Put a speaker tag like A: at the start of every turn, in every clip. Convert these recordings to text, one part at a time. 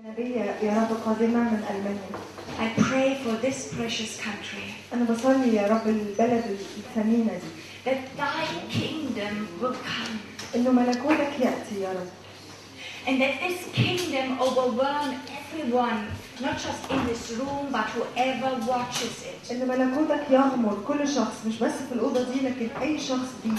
A: أجنبية يا رب قادمة من ألمانيا
B: I pray for this precious country
A: أنا بصلي يا رب البلد الثمينة دي
B: that thy kingdom will come
A: إنه ملكوتك يأتي يا رب
B: and that this kingdom overwhelm everyone, not just in this room, but whoever watches it.
A: إن ملكوتك يغمر كل شخص مش بس في الأوضة دي لكن أي شخص بي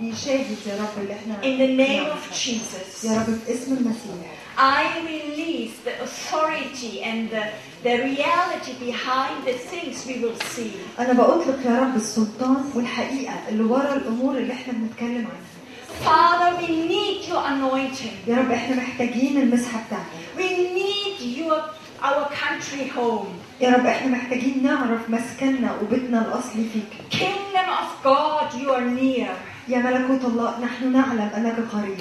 A: بيشاهد يا رب اللي إحنا
B: In the name of
A: بنعمله.
B: Jesus,
A: يا رب باسم المسيح
B: I release the authority and the, the reality behind the things we will see.
A: أنا بأطلق يا رب السلطان والحقيقة اللي ورا الأمور اللي إحنا بنتكلم عنها
B: Father, we need your anointing.
A: يا رب إحنا محتاجين المسحة بتاعتك
B: We need your our country home.
A: يا رب إحنا محتاجين نعرف مسكننا وبيتنا الأصلي فيك
B: Kingdom of God, you are near.
A: يا ملكوت الله نحن نعلم أنك قريب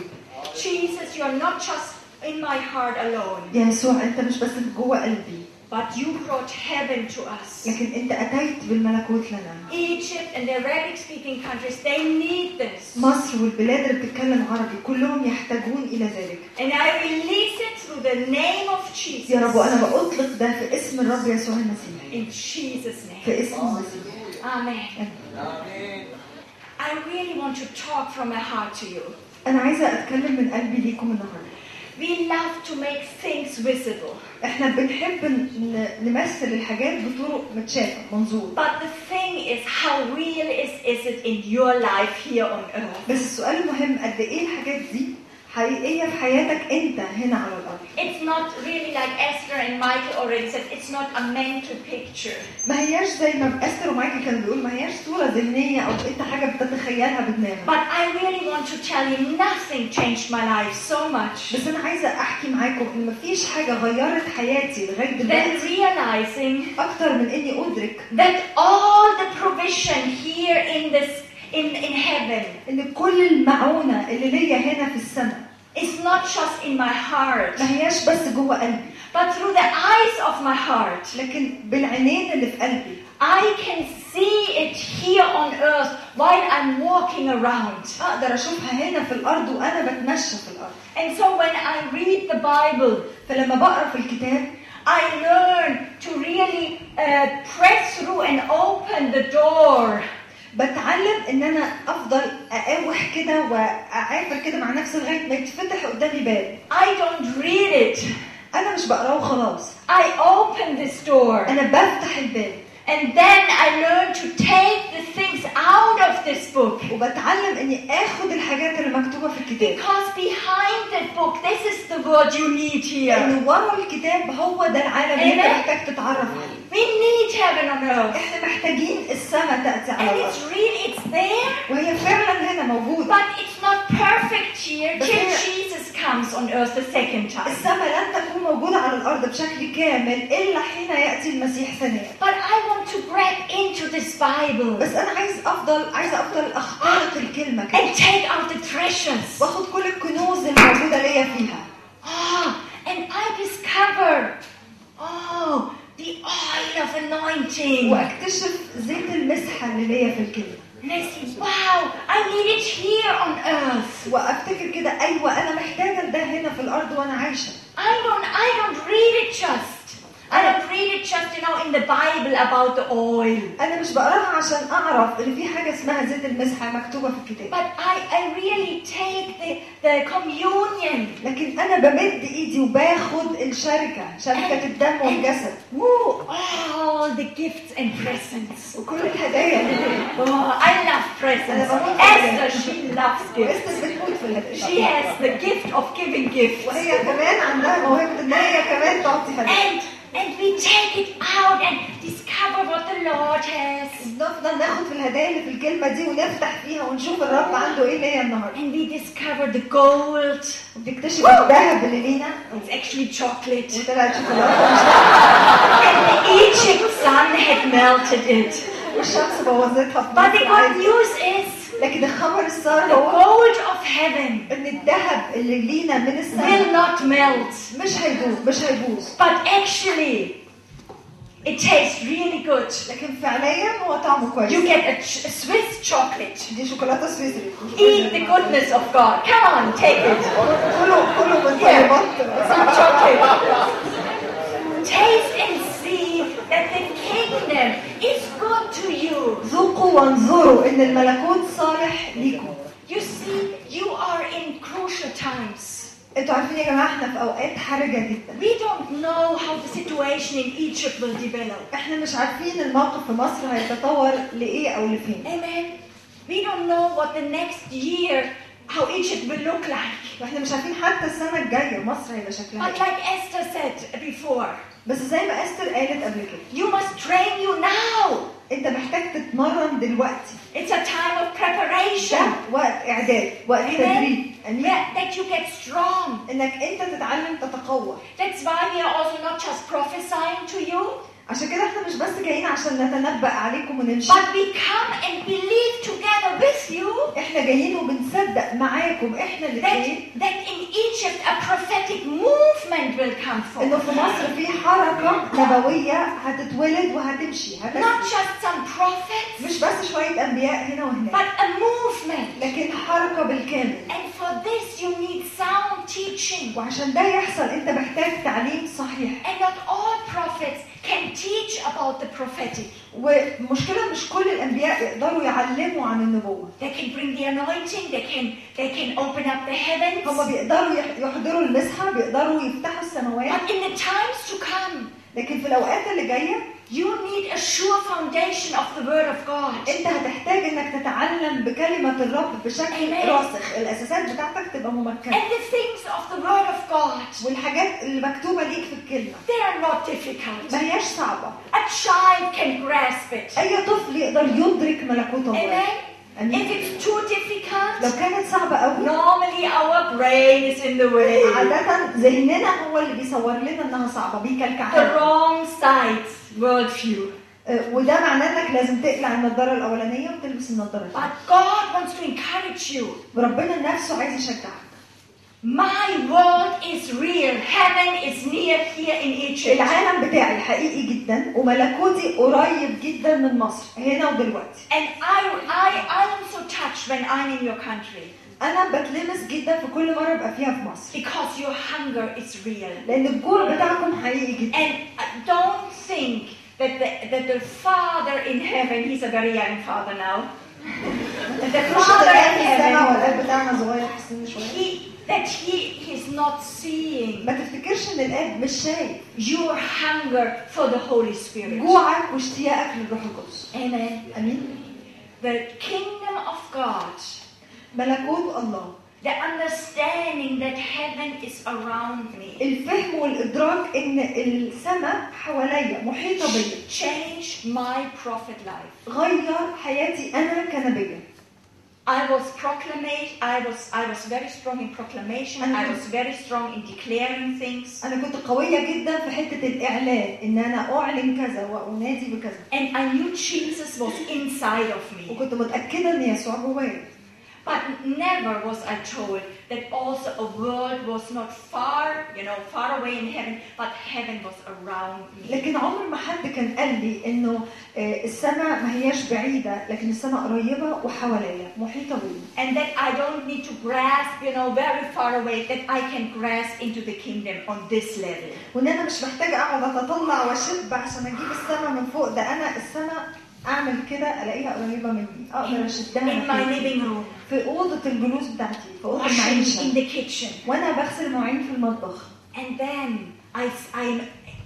B: Jesus, you are not just in my heart alone,
A: يا يسوع أنت مش بس جوه قلبي
B: but you brought heaven to us.
A: لكن أنت أتيت بالملكوت لنا
B: Egypt and the Arabic speaking countries, they need this.
A: مصر والبلاد اللي بتتكلم عربي كلهم يحتاجون إلى ذلك
B: And I release it through the name of Jesus.
A: يا رب وأنا بأطلق ده في اسم الرب يسوع المسيح
B: In Jesus' name.
A: في اسم المسيح
B: Amen.
C: آمين
B: I really want to talk from my heart to you.
A: أنا عايزة أتكلم من قلبي ليكم النهاردة
B: We love to make things visible,
A: إحنا بنحب ن- نمثل الحاجات بطرق متشافة منظور
B: but the thing is, how real is, is it in your life here on earth?
A: بس السؤال المهم قد إيه الحاجات دي حقيقية في حياتك أنت هنا على الأرض
B: It's not really like Esther and Michael already said, it's not a mental picture.
A: ما هياش زي ما استر ومايكل كان بيقول ما هياش صوره ذهنيه او انت حاجه بتتخيلها بدماغك
B: But I really want to tell you, nothing changed my life so much
A: بس انا عايزه احكي معاكم ان مفيش حاجه غيرت حياتي لغايه
B: than
A: دلوقتي
B: realizing
A: اكتر من اني ادرك
B: that all the provision here in this in, in heaven
A: ان كل المعونه اللي ليا هنا في السماء
B: is not just in my heart,
A: ما هياش بس جوه قلبي
B: but through the eyes of my heart.
A: لكن بالعينين اللي في قلبي
B: I can see it here on earth while I'm walking around.
A: اقدر اشوفها هنا في الارض وانا بتمشى في الارض
B: And so when I read the Bible,
A: فلما بقرا في الكتاب
B: I learn to really uh, press through and open the door
A: بتعلم ان انا افضل اقاوح كده واعافر كده مع نفسي لغايه ما يتفتح قدامي باب
B: I don't read it.
A: انا مش بقراه وخلاص
B: I open this door.
A: انا بفتح الباب
B: And then I learn to take the things out of this book.
A: وبتعلم اني اخد الحاجات اللي مكتوبه في الكتاب
B: Because behind that book, this is the word you need here.
A: لان ورا الكتاب هو ده العالم اللي انت
B: Amen.
A: محتاج تتعرف عليه
B: We need heaven on earth.
A: احنا محتاجين السما تاتي على
B: And it's
A: الارض
B: really, it's there,
A: وهي فعلا هنا موجوده
B: but it's not perfect here
A: But
B: till
A: there-
B: Jesus comes on earth the second time.
A: السما لن تكون موجوده على الارض بشكل كامل الا حين ياتي المسيح ثانيا
B: But I want to grab into this Bible
A: بس انا عايز افضل عايز افضل اخترق الكلمه كده
B: and take out the treasures.
A: واخد كل الكنوز الموجوده ليا فيها
B: Ah, and I discover, oh, the oil of anointing.
A: واكتشف زيت المسحه اللي ليا في الكلمه
B: And I say, wow, I need it here on earth.
A: وافتكر كده ايوه انا محتاجه ده هنا في الارض وانا عايشه
B: I don't, I don't read it just. I don't read it just, you know, in the Bible about the oil.
A: انا مش بقراها عشان اعرف ان في حاجه اسمها زيت المسحه مكتوبه في الكتاب
B: But I, I really take the, the communion.
A: لكن انا بمد ايدي وباخد الشركه شركه الدم والجسد
B: Woo, all the gifts and presents.
A: وكل الهدايا اللي ليا.
B: Oh, I love presents. Esther, she loves gifts.
A: واستر بتموت في
B: She
A: الهدايا
B: has the gift of giving gifts.
A: وهي كمان عندها مهمه ان هي كمان تعطي هدايا
B: And and we take it out and discover what the Lord has.
A: نفضل ناخد في الهدايا اللي في الكلمه دي ونفتح فيها ونشوف الرب عنده ايه ليا النهارده
B: And we discover the gold.
A: بنكتشف الذهب اللي لينا
B: It's actually chocolate.
A: وطلعت شوكولاته
B: And the Egypt sun had melted it.
A: والشمس بوظتها في
B: But
A: مصر
B: the good
A: عادي.
B: news is
A: لكن الخبر السار
B: the
A: هو
B: gold of heaven
A: ان الذهب اللي لينا من السماء
B: will not melt.
A: مش هيبوظ مش هيبوظ
B: But actually It tastes really good.
A: لكن فعليا هو طعمه كويس
B: You get a ch- Swiss chocolate.
A: دي شوكولاته سويسري
B: Eat the goodness of God. Come on, take it.
A: كله كله من طيبات
B: Some chocolate. Taste and see that the kingdom is good to you.
A: ذوقوا وانظروا ان الملكوت صالح ليكم
B: You see, you are in crucial times.
A: انتوا عارفين يا جماعه احنا في اوقات حرجه جدا
B: We don't know how the situation in Egypt will develop.
A: احنا مش عارفين الموقف في مصر هيتطور لايه او لفين
B: Amen. We don't know what the next year, how Egypt will look like.
A: واحنا مش عارفين حتى السنه الجايه مصر هيبقى شكلها
B: But
A: ايه
B: like Esther said before,
A: بس زي ما استر قالت قبل كده
B: you must train you now.
A: انت محتاج تتمرن دلوقتي
B: It's a time of preparation.
A: ده وقت اعداد وقت
B: Amen.
A: تدريب امين
B: That, that you get strong.
A: انك انت تتعلم تتقوى
B: That's why we are also not just prophesying to you,
A: عشان كده احنا مش بس جايين عشان نتنبأ عليكم ونمشي
B: but we come and believe together with you
A: احنا جايين وبنصدق معاكم احنا
B: that,
A: الاثنين
B: that in Egypt a prophetic movement will come
A: انه
B: forth.
A: في مصر في حركه نبويه هتتولد وهتمشي هتمشي
B: Not just some prophets,
A: مش بس شويه انبياء هنا وهناك
B: but a movement.
A: لكن حركه بالكامل
B: And for this you need sound teaching.
A: وعشان ده يحصل انت محتاج تعليم صحيح
B: And not all prophets can teach about the prophetic.
A: ومشكله مش كل الانبياء يقدروا يعلموا عن النبوه
B: They can bring the anointing, they can they can open up the
A: هما
B: heavens.
A: بيقدروا يح- يحضروا المسحه بيقدروا يفتحوا السماوات
B: But in the times to come,
A: لكن في الاوقات اللي جايه
B: you need a sure foundation of the word of God.
A: انت هتحتاج انك تتعلم بكلمه الرب بشكل
B: Amen.
A: راسخ الاساسات بتاعتك تبقى ممكنه
B: And the things of the word of God,
A: والحاجات اللي مكتوبه ليك في الكلمه
B: they are not difficult.
A: ما هياش صعبه
B: A child can grasp it.
A: اي طفل يقدر يدرك ملكوت الله
B: Amen. If
A: امين
B: it's too
A: لو
B: difficult,
A: كانت صعبه قوي
B: normally our brain is in the way.
A: Oh, عادة ذهننا هو اللي بيصور لنا انها صعبة
B: The
A: بيكلكعها
B: wrong side's worldview.
A: آه، وده معناه انك لازم تقلع النضارة الأولانية وتلبس النضارة الثانية.
B: But God wants to encourage you.
A: وربنا نفسه عايز يشجعك
B: My world is real. Heaven is near here in Egypt.
A: العالم بتاعي حقيقي جدا وملكوتي قريب جدا من مصر هنا ودلوقتي
B: And I, I, I am so touched when I'm in your country
A: أنا بتلمس جدا في كل مرة ببقى فيها في مصر
B: because your hunger is real.
A: لأن الجوع بتاعكم حقيقي جدا
B: And uh, don't think that the, that the Father in heaven, he's a very young father now, the
A: مش
B: Father
A: هتلاقي
B: in
A: في السماء
B: heaven,
A: والقلب بتاعنا صغير في السن شوية
B: he, that he is not seeing
A: ما تفتكرش إن الآب مش شايف
B: your hunger for the Holy Spirit.
A: جوعك واشتياقك للروح القدس
B: Amen.
A: أمين
B: The kingdom of God,
A: ملكوت الله
B: the understanding that heaven is around me,
A: الفهم والادراك ان السماء حواليا محيطه بيا
B: changed my prophet life.
A: غير حياتي انا كنبيه
B: I was proclamation. I was I was very strong in proclamation. I was very strong in declaring things,
A: انا كنت قويه جدا في حته الاعلان ان انا اعلن كذا وانادي بكذا
B: and I knew Jesus was inside of me.
A: وكنت متاكده ان يسوع جوايا
B: But never was I told that also a world was not far, you know, far away in heaven, but heaven was around me.
A: لكن عمر ما حد كان قال لي انه آه، السماء ما هياش بعيده لكن السماء قريبه وحواليا محيطه بيا
B: And that I don't need to grasp, you know, very far away, that I can grasp into the kingdom on this level.
A: وان انا مش محتاجه اقعد اتطلع واشب عشان اجيب السماء من فوق ده انا السماء اعمل كده الاقيها قريبه مني اقدر اشدها
B: In my
A: ناحيتي.
B: living room,
A: في أوضة الجلوس بتاعتي في أوضة
B: washing in
A: المعيشة
B: the kitchen.
A: وأنا بغسل مواعين في المطبخ
B: And then I, am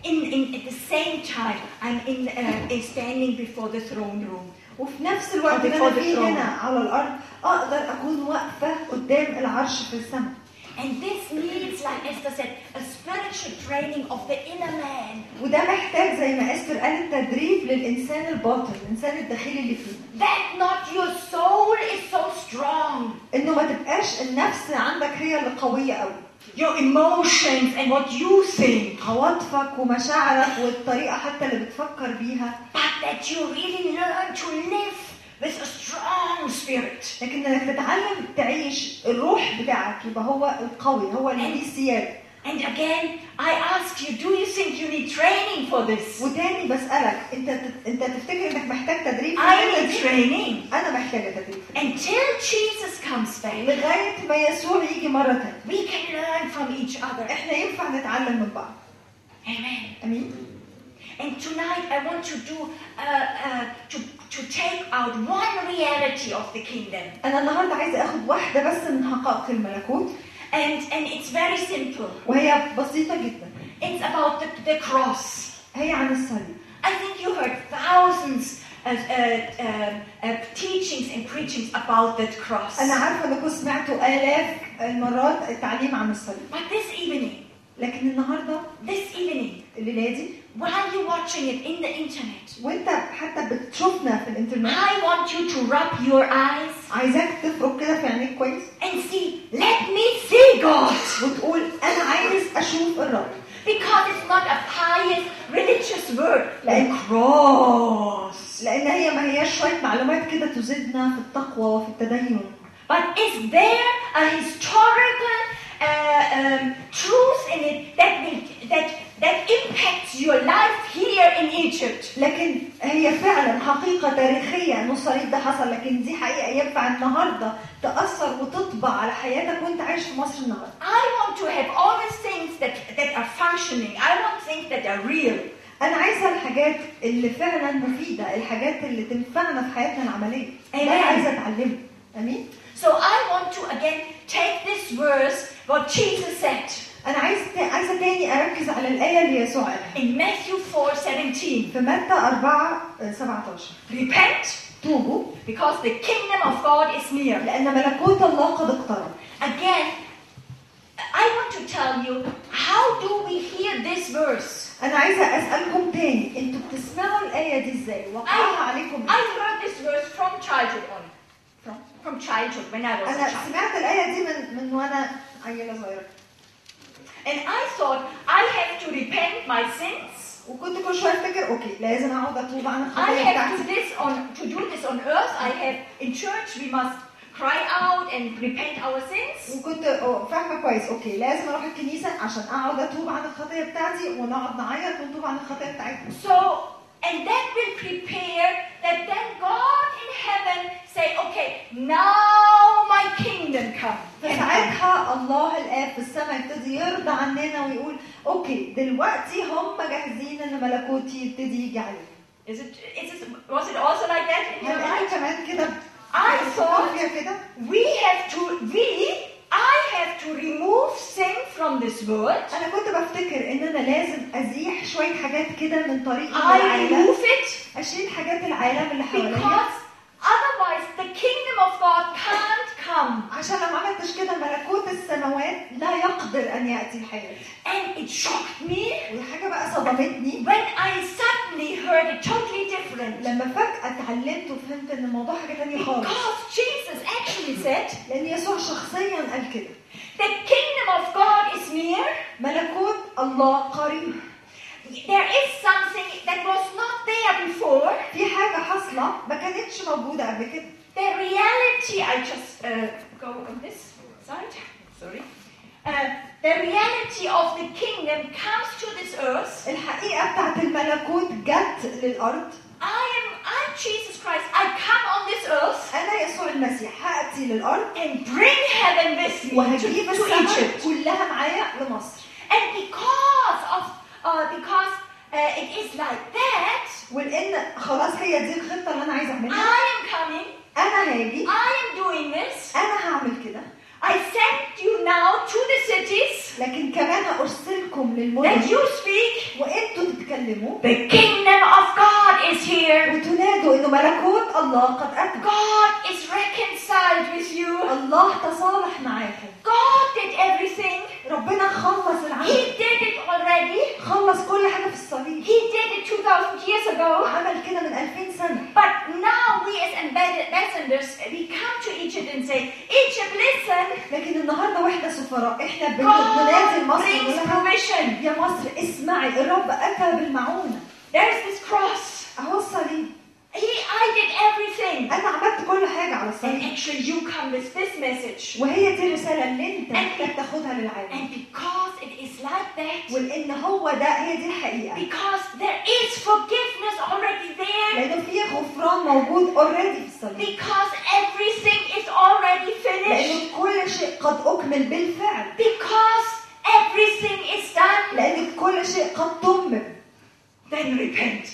B: in, in, at the same time, I'm in, uh, in standing before the throne room.
A: وفي نفس الوقت
B: أو
A: اللي أنا
B: بفضل
A: فيه
B: تراب.
A: هنا على الأرض أقدر أكون واقفة قدام العرش في السماء
B: And this needs, like Esther said, a spiritual training of the inner man.
A: وده محتاج زي ما أستر قالت تدريب للإنسان الباطن الإنسان الداخلي اللي فينا
B: That not your soul is so strong.
A: إنه ما تبقاش النفس عندك هي اللي قوية أوي
B: Your emotions and what you think.
A: عواطفك ومشاعرك والطريقة حتى اللي بتفكر بيها
B: But that you really learn to live with a strong spirit.
A: لكن إنك تتعلم تعيش الروح بتاعك يبقى هو القوي هو اللي ليه سيادة
B: And again, I ask you, do you think you need training for this?
A: وتاني بسألك انت انت تفتكر انك محتاج تدريب في الحتة
B: I
A: دي؟
B: need training
A: انا محتاجة تدريب في الحتة دي.
B: until Jesus comes back.
A: لغاية ما يسوع يجي مرة تانية
B: We can learn from each other.
A: احنا ينفع نتعلم من بعض
B: Amen.
A: امين
B: And tonight I want to do uh, uh, to to take out one reality of the kingdom,
A: انا النهارده عايزة اخد واحدة بس من حقائق الملكوت
B: and and it's very simple.
A: وهي بسيطة جدا
B: It's about the, the cross.
A: هي عن الصليب
B: I think you heard thousands of uh, uh, uh, teachings and preachings about that cross.
A: انا عارفة انكم سمعتوا الاف المرات التعليم عن الصليب
B: But this evening,
A: لكن النهارده
B: this evening,
A: الليلة دي
B: while you're watching it in the internet,
A: وانت حتى بتشوفنا في الانترنت
B: I want you to rub your eyes
A: عايزاك تفرق كده في عينيك كويس
B: and see. Let me see God,
A: وتقول انا عايز اشوف الرب
B: because it's not a pious, religious word.
A: لأن-
B: The cross.
A: لان هي ما هياش شويه معلومات كده تزيدنا في التقوى وفي التدين
B: But is there a historical uh, um, truth in it that will, that that impacts your life here in Egypt?
A: لكن هي فعلا حقيقه تاريخيه انه الصليب ده حصل لكن دي حقيقه ينفع النهارده تاثر وتطبع على حياتك وانت عايش في مصر النهارده
B: I want to have all the things that that are functioning. I want things that are real.
A: انا عايزه الحاجات اللي فعلا مفيده الحاجات اللي تنفعنا في حياتنا العمليه ده
B: آمين.
A: انا عايزه اتعلمه امين
B: So I want to again take this verse what Jesus said
A: انا عايز عايزه تاني اركز على الايه اللي يسوع قالها
B: in Matthew 4:17.
A: في متى 4 17
B: Repent
A: توبوا
B: because the kingdom of God is near.
A: لأن ملكوت الله قد اقترب
B: Again, I want to tell you how do we hear this verse?
A: أنا عايزة أسألكم تاني أنتوا بتسمعوا الآية دي إزاي؟ وقعها عليكم إزاي؟
B: I heard this verse from childhood on. From, from childhood, when I was a
A: أنا
B: child.
A: سمعت الآية دي من من وأنا عيلة صغيرة
B: And I thought, I have to repent my sins.
A: وكنت كل شوية أفتكر أوكي لازم أقعد أتوب عن
B: I
A: الخطايا
B: have to,
A: بتاعتي
B: this on, to do this on earth. I have, in church, we must cry out and repent our sins.
A: وكنت أو- فاهمة كويس أوكي لازم أروح الكنيسة عشان أقعد أتوب عن الخطايا بتاعتي ونقعد نعيط ونتوب عن الخطايا بتاعتنا
B: So, and that will prepare that then God in heaven say, okay, now my kingdom come.
A: فساعتها الله الآب في السماء يبتدي يرضى عننا ويقول أوكي دلوقتي هم جاهزين إن ملكوتي يبتدي يجي عليهم
B: Is it, is it, was it also like that in your
A: هنقول
B: life?
A: كمان كده
B: I thought
A: فيها كده
B: We have to, we, I have to remove sin from this world.
A: انا كنت بفتكر ان انا لازم ازيح شويه حاجات كده من طريق
B: I
A: العالم
B: remove it
A: اشيل حاجات العالم اللي حواليا
B: because otherwise the kingdom of God can't come.
A: عشان لو ما عملتش كده ملكوت السماوات لا يقدر ان ياتي لحياتي
B: And it shocked me
A: والحاجه بقى صدمتني
B: when I suddenly heard it totally different.
A: لما فجاه اتعلمت وفهمت ان الموضوع حاجه تانية خالص
B: Because Jesus actually said,
A: لان يسوع شخصيا قال كده
B: the kingdom of God is near.
A: ملكوت الله قريب
B: There is something that was not there before.
A: في حاجه حاصله ما كانتش موجوده قبل كده
B: The reality, I just uh, go on this side, sorry. Uh, the reality of the kingdom comes to this earth.
A: الحقيقه بتاعت الملكوت جت للارض
B: I am, I'm Jesus Christ. I come on this earth
A: انا يسوع المسيح هاتي للارض
B: and bring heaven with me to,
A: وهجيب
B: to
A: السماء
B: Egypt.
A: كلها معايا لمصر
B: And because of, uh, because uh, it is like that,
A: ولان خلاص هي دي الخطه اللي انا عايزه اعملها
B: I am coming.
A: انا هاجي
B: I am doing this.
A: انا هعمل كده
B: I send you now to the cities
A: لكن كمان ارسلكم
B: that
A: للمدن
B: you speak.
A: وانتوا تتكلموا
B: The kingdom of God is here.
A: وتنادوا ان ملكوت الله قد اتى
B: God is reconciled with you.
A: الله تصالح معاكم
B: God did everything.
A: ربنا خلص
B: He
A: العمل
B: did it already.
A: خلص كل حاجه في الصليب
B: He did it 2,000 years ago.
A: وعمل كده من 2000 سنه
B: But now we as ambas- ambassadors, we come to Egypt and say, Egypt, listen.
A: لكن النهارده واحنا سفراء احنا بن- بننادي
B: God
A: مصر
B: brings
A: ونقول لها،
B: provision.
A: يا مصر اسمعي الرب اتى بالمعونه
B: There's this cross.
A: اهو الصليب
B: He, I did everything.
A: انا عملت كل حاجه على
B: And
A: الصليب
B: actually, you come with this message.
A: وهي دي الرساله اللي انت محتاج تاخدها للعالم
B: And because it is like that,
A: ولان هو ده هي دي الحقيقه
B: because there is forgiveness already there,
A: لانه في غفران موجود اوريدي في الصليب
B: because everything is already finished,
A: لانه كل شيء قد اكمل بالفعل
B: because everything is done,
A: لان كل شيء قد تم
B: then repent.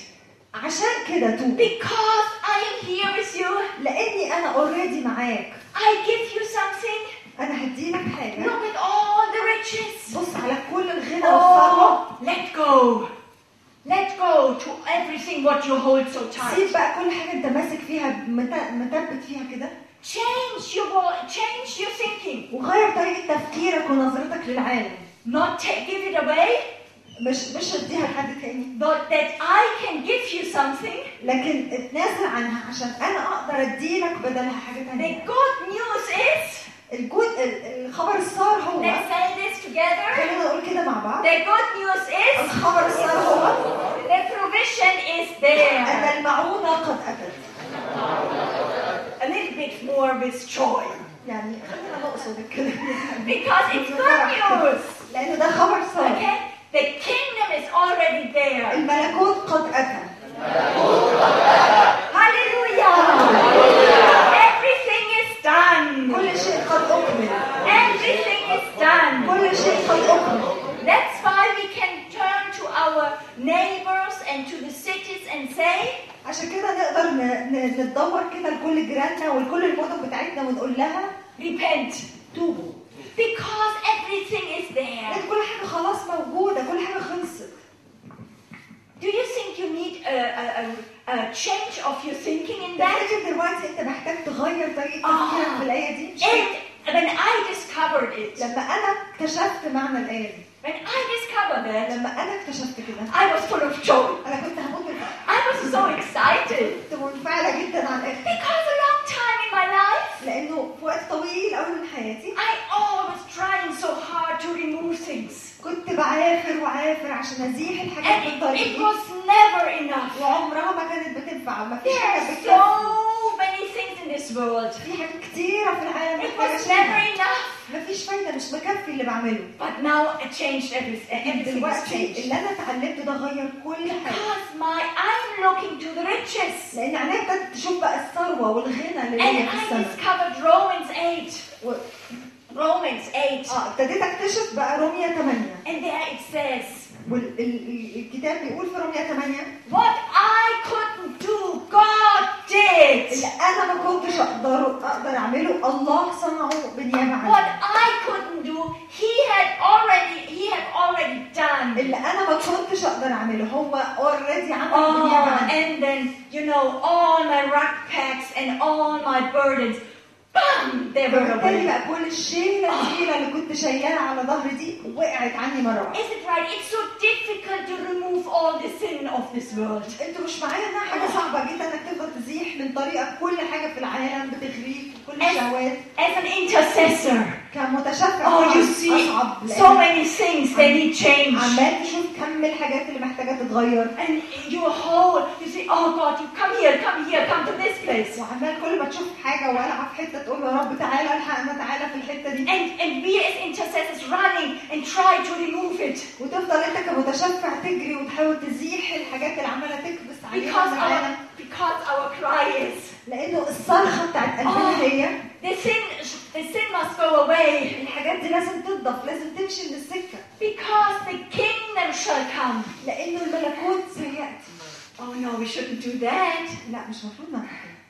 A: عشان كده توب
B: Because I am here with you,
A: لاني انا اوريدي معاك
B: I give you something,
A: انا هديلك حاجه
B: not with all the riches.
A: بص على كل الغنى والثروه
B: Oh, let go. Let go to everything what you hold so tight.
A: سيب بقى كل حاجه انت ماسك فيها مت- متبت فيها كده
B: Change your wo- change your thinking.
A: وغير طريقه تفكيرك ونظرتك للعالم
B: Not take, give it away,
A: مش مش اديها لحد تاني
B: but that I can give you something.
A: لكن اتنازل عنها عشان انا اقدر اديلك بدلها حاجه
B: The
A: تانيه
B: good news is,
A: الجود ال- الخبر السار هو
B: let's say this together.
A: خلينا نقول كده مع بعض
B: The good news is,
A: الخبر السار هو
B: the provision is
A: ان
B: there.
A: المعونه قد اتت
B: A little bit more with joy.
A: يعني خلينا نقصد الكلام
B: Because it's good news.
A: لان ده خبر سار
B: Okay? The kingdom is already there.
A: الملكوت قد اتى
B: Hallelujah! Everything is done.
A: كل شيء قد اكمل
B: Everything is done.
A: كل شيء قد اكمل
B: That's why we can turn to our neighbors and to the cities and say,
A: عشان كده نقدر ن- ن- نتدور كده لكل جيراننا ولكل المدن بتاعتنا ونقول لها
B: repent.
A: توبوا
B: Because everything is there.
A: لان كل حاجه خلاص موجوده كل حاجه خلصت
B: Do you think you need a, a, a, a change of your thinking in that?
A: تفتكر دلوقتي انت محتاج تغير طريقه
B: آه.
A: تفكيرك في الايه دي مش
B: And when I discovered it,
A: لما انا اكتشفت معنى الايه دي
B: when I discovered that,
A: لما انا اكتشفت كده
B: I was full of joy.
A: انا كنت هموت من الفرح.
B: I was so excited.
A: كنت منفعله جدا على الاخر
B: Because a long time in my life,
A: لانه في وقت طويل قوي من حياتي
B: I always trying so hard to remove things.
A: كنت بعافر وعافر عشان ازيح
B: And
A: الحاجات من
B: it, it
A: طريقي
B: was never enough.
A: وعمرها ما كانت بتنفع ما فيش
B: There
A: حاجه
B: are
A: بتنفع.
B: so many things in this world.
A: في حاجات كتيره في العالم
B: It
A: محتاجة
B: was
A: أشيلها.
B: never enough.
A: مفيش فايده مش مكفي اللي بعمله
B: But now I changed everything. Everything has
A: دلوقتي
B: changed.
A: اللي انا اتعلمته ده غير كل حاجه
B: Because my I'm looking to the riches.
A: لان عينيا ابتدت تشوف بقى الثروه والغنى اللي
B: And
A: هي في
B: I
A: السماء
B: discovered Romans 8.
A: و...
B: Romans 8.
A: اه ابتديت اكتشف بقى روميا 8
B: And there it says,
A: والكتاب بيقول في روميا 8
B: What I couldn't do, God did.
A: اللي انا ما كنتش اقدر اقدر اعمله الله صنعه بالنيابه
B: What
A: عني
B: I couldn't do, he had already he had already done.
A: اللي انا ما كنتش اقدر اعمله هو اوريدي عمل بالنيابه
B: Oh,
A: عني
B: and then you know all my backpacks and all my burdens, bam, they were
A: فبالتالي
B: away.
A: بقى كل الشيله الشيله اللي كنت شايلاها على ظهري دي وقعت عني مره واحده
B: Is it right? It's so difficult to remove all the sin of this world.
A: انتوا مش معايا انها
B: آه.
A: حاجه صعبه جدا انك تفضل تزيح من طريقك كل حاجه في العالم بتغريك كل
B: أس-
A: الشهوات
B: As an intercessor,
A: كمتشفع
B: oh, you
A: طبعاً
B: see
A: اصعب
B: so
A: لأن
B: many things that need change.
A: عمال تشوف كم الحاجات اللي محتاجه تتغير
B: And your whole, you say, oh God, you come here, come here, come to this place.
A: وعمال كل ما تشوف حاجه ولعه في حته تقول يا رب تعالى الحقنا تعالى في الحته دي
B: And, and we as intercessors running and try to remove it.
A: وتفضل انت كمتشفع تجري وتحاول تزيح الحاجات اللي عماله تكبس عليها
B: Because
A: في العالم
B: our, because our cry is,
A: لانه الصرخه بتاعت قلبنا
B: آه.
A: هي
B: the sin, the sin must go away.
A: الحاجات دي لازم تنضف لازم تمشي من السكه
B: Because the kingdom shall come.
A: لانه الملكوت سياتي
B: Oh no, we shouldn't do that.
A: لا مش المفروض نعمل كده.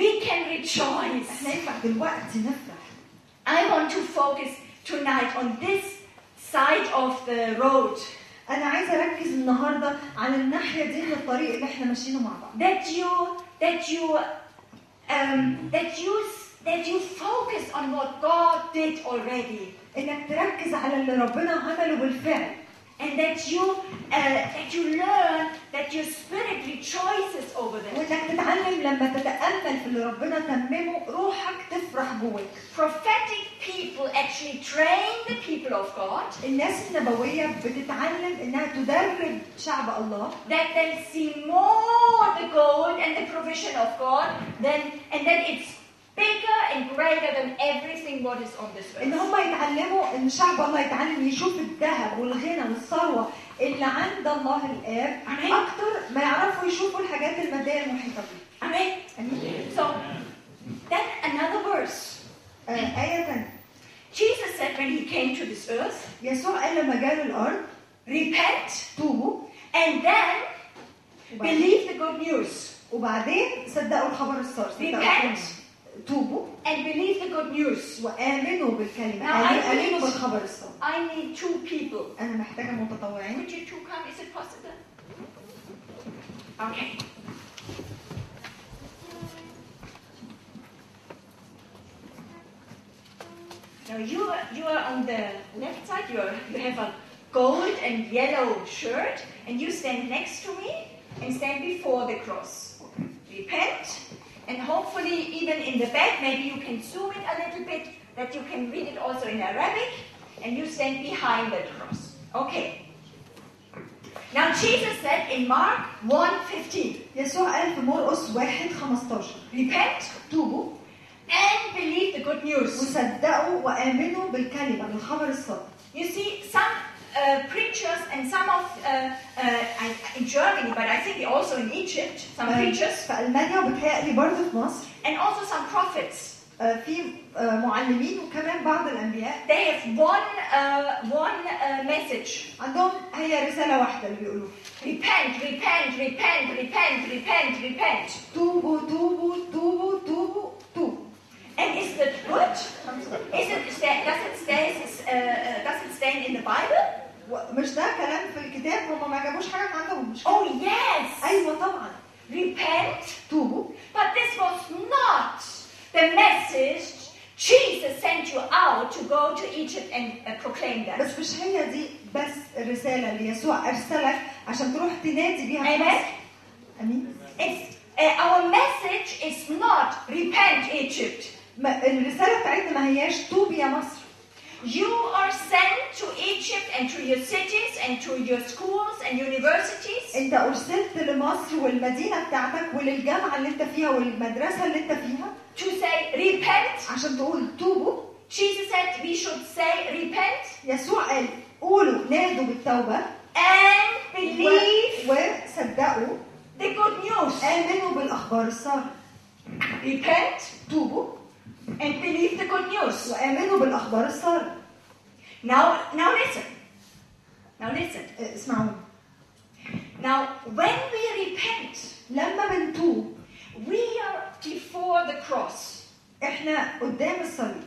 B: We can rejoice.
A: احنا ينفع دلوقتي نفرح
B: I want to focus tonight on this side of the road.
A: انا عايزه اركز النهارده على الناحيه دي من الطريق اللي احنا ماشيينه مع بعض
B: That you, that you, um, that you, that you focus on what God did already.
A: انك تركز على اللي ربنا عمله بالفعل
B: And that you, uh, that you learn that your spirit rejoices over that.
A: وانك تتعلم لما تتامل في اللي ربنا تممه روحك تفرح جواك
B: prophetic people people actually train the people of God
A: الناس النبوية بتتعلم إنها تدرب شعب الله
B: that they see more the gold and the provision of God than and that it's bigger and greater than everything what is on this
A: إن
B: earth.
A: هم يتعلموا إن شعب الله يتعلم يشوف الذهب والغنى والثروة اللي عند الله الآب
B: Amen.
A: أكتر ما يعرفوا يشوفوا الحاجات المادية المحيطة بيه
B: Amen.
A: أمين
B: So then another verse.
A: آه، آية تانية
B: Jesus said when he came to this earth,
A: يسوع قال لما جاء للأرض
B: repent
A: توبوا
B: and then
A: وبعدين-
B: believe the good news.
A: وبعدين صدقوا الخبر السار صدقوا
B: Repent.
A: الكلمة. توبوا
B: And believe the good news.
A: وآمنوا بالكلمة
B: Now I
A: يعني آمنوا
B: finish.
A: بالخبر السار
B: I need two people.
A: أنا محتاجة متطوعين
B: Would you two come? Is it possible? Okay. Now you are, you are on the left side. You are, you have a gold and yellow shirt, and you stand next to me and stand before the cross. Repent, and hopefully even in the back, maybe you can zoom it a little bit that you can read it also in Arabic, and you stand behind the cross. Okay. Now Jesus said in Mark 1:15,
A: يسوع قال في مرقس 1 15
B: repent
A: توبوا
B: and believe the good news.
A: وصدقوا وآمنوا بالكلمة بالخبر الصادق
B: You see, some uh, preachers and some of, uh, uh, I, in Germany, but I think also in Egypt, some preachers,
A: في ألمانيا وبتهيألي برضه في مصر
B: and also some prophets,
A: آه، في آه، معلمين وكمان بعض الأنبياء
B: they have one, uh, one uh, message.
A: عندهم هي رسالة واحدة اللي بيقولوها
B: Repent, repent, repent, repent, repent, repent.
A: توبوا توبوا توبوا توبوا توبوا
B: And is that good? Is it, is that, does, it stay, uh, uh, does it stand in the Bible?
A: مش ده كلام في الكتاب هما ما جابوش حاجة من عندهم مش
B: Oh, yes.
A: أيوة طبعا
B: Repent.
A: توبوا
B: But this was not the message Jesus sent you out to go to Egypt and uh, proclaim that.
A: بس مش هي دي بس الرسالة اللي يسوع أرسلك عشان تروح تنادي بيها في
B: Amen.
A: مصر. أمين
B: It's, uh, our message is not repent Egypt.
A: ما الرسالة بتاعتنا ما هياش توب يا مصر
B: You are sent to Egypt and to your cities and to your schools and universities
A: انت ارسلت لمصر والمدينه بتاعتك وللجامعه اللي انت فيها والمدرسه اللي انت فيها
B: to say repent.
A: عشان تقول توبوا
B: Jesus said we should say repent
A: يسوع قال قولوا نادوا بالتوبه
B: and
A: و-
B: believe
A: وصدقوا
B: the good news.
A: امنوا بالاخبار الساره
B: Repent
A: توبوا
B: and believe the good news.
A: وامنوا بالاخبار الساره
B: Now, now listen. Now listen.
A: اه، اسمعوني
B: Now, when we repent,
A: لما بنتوب
B: we are before the cross.
A: احنا قدام الصليب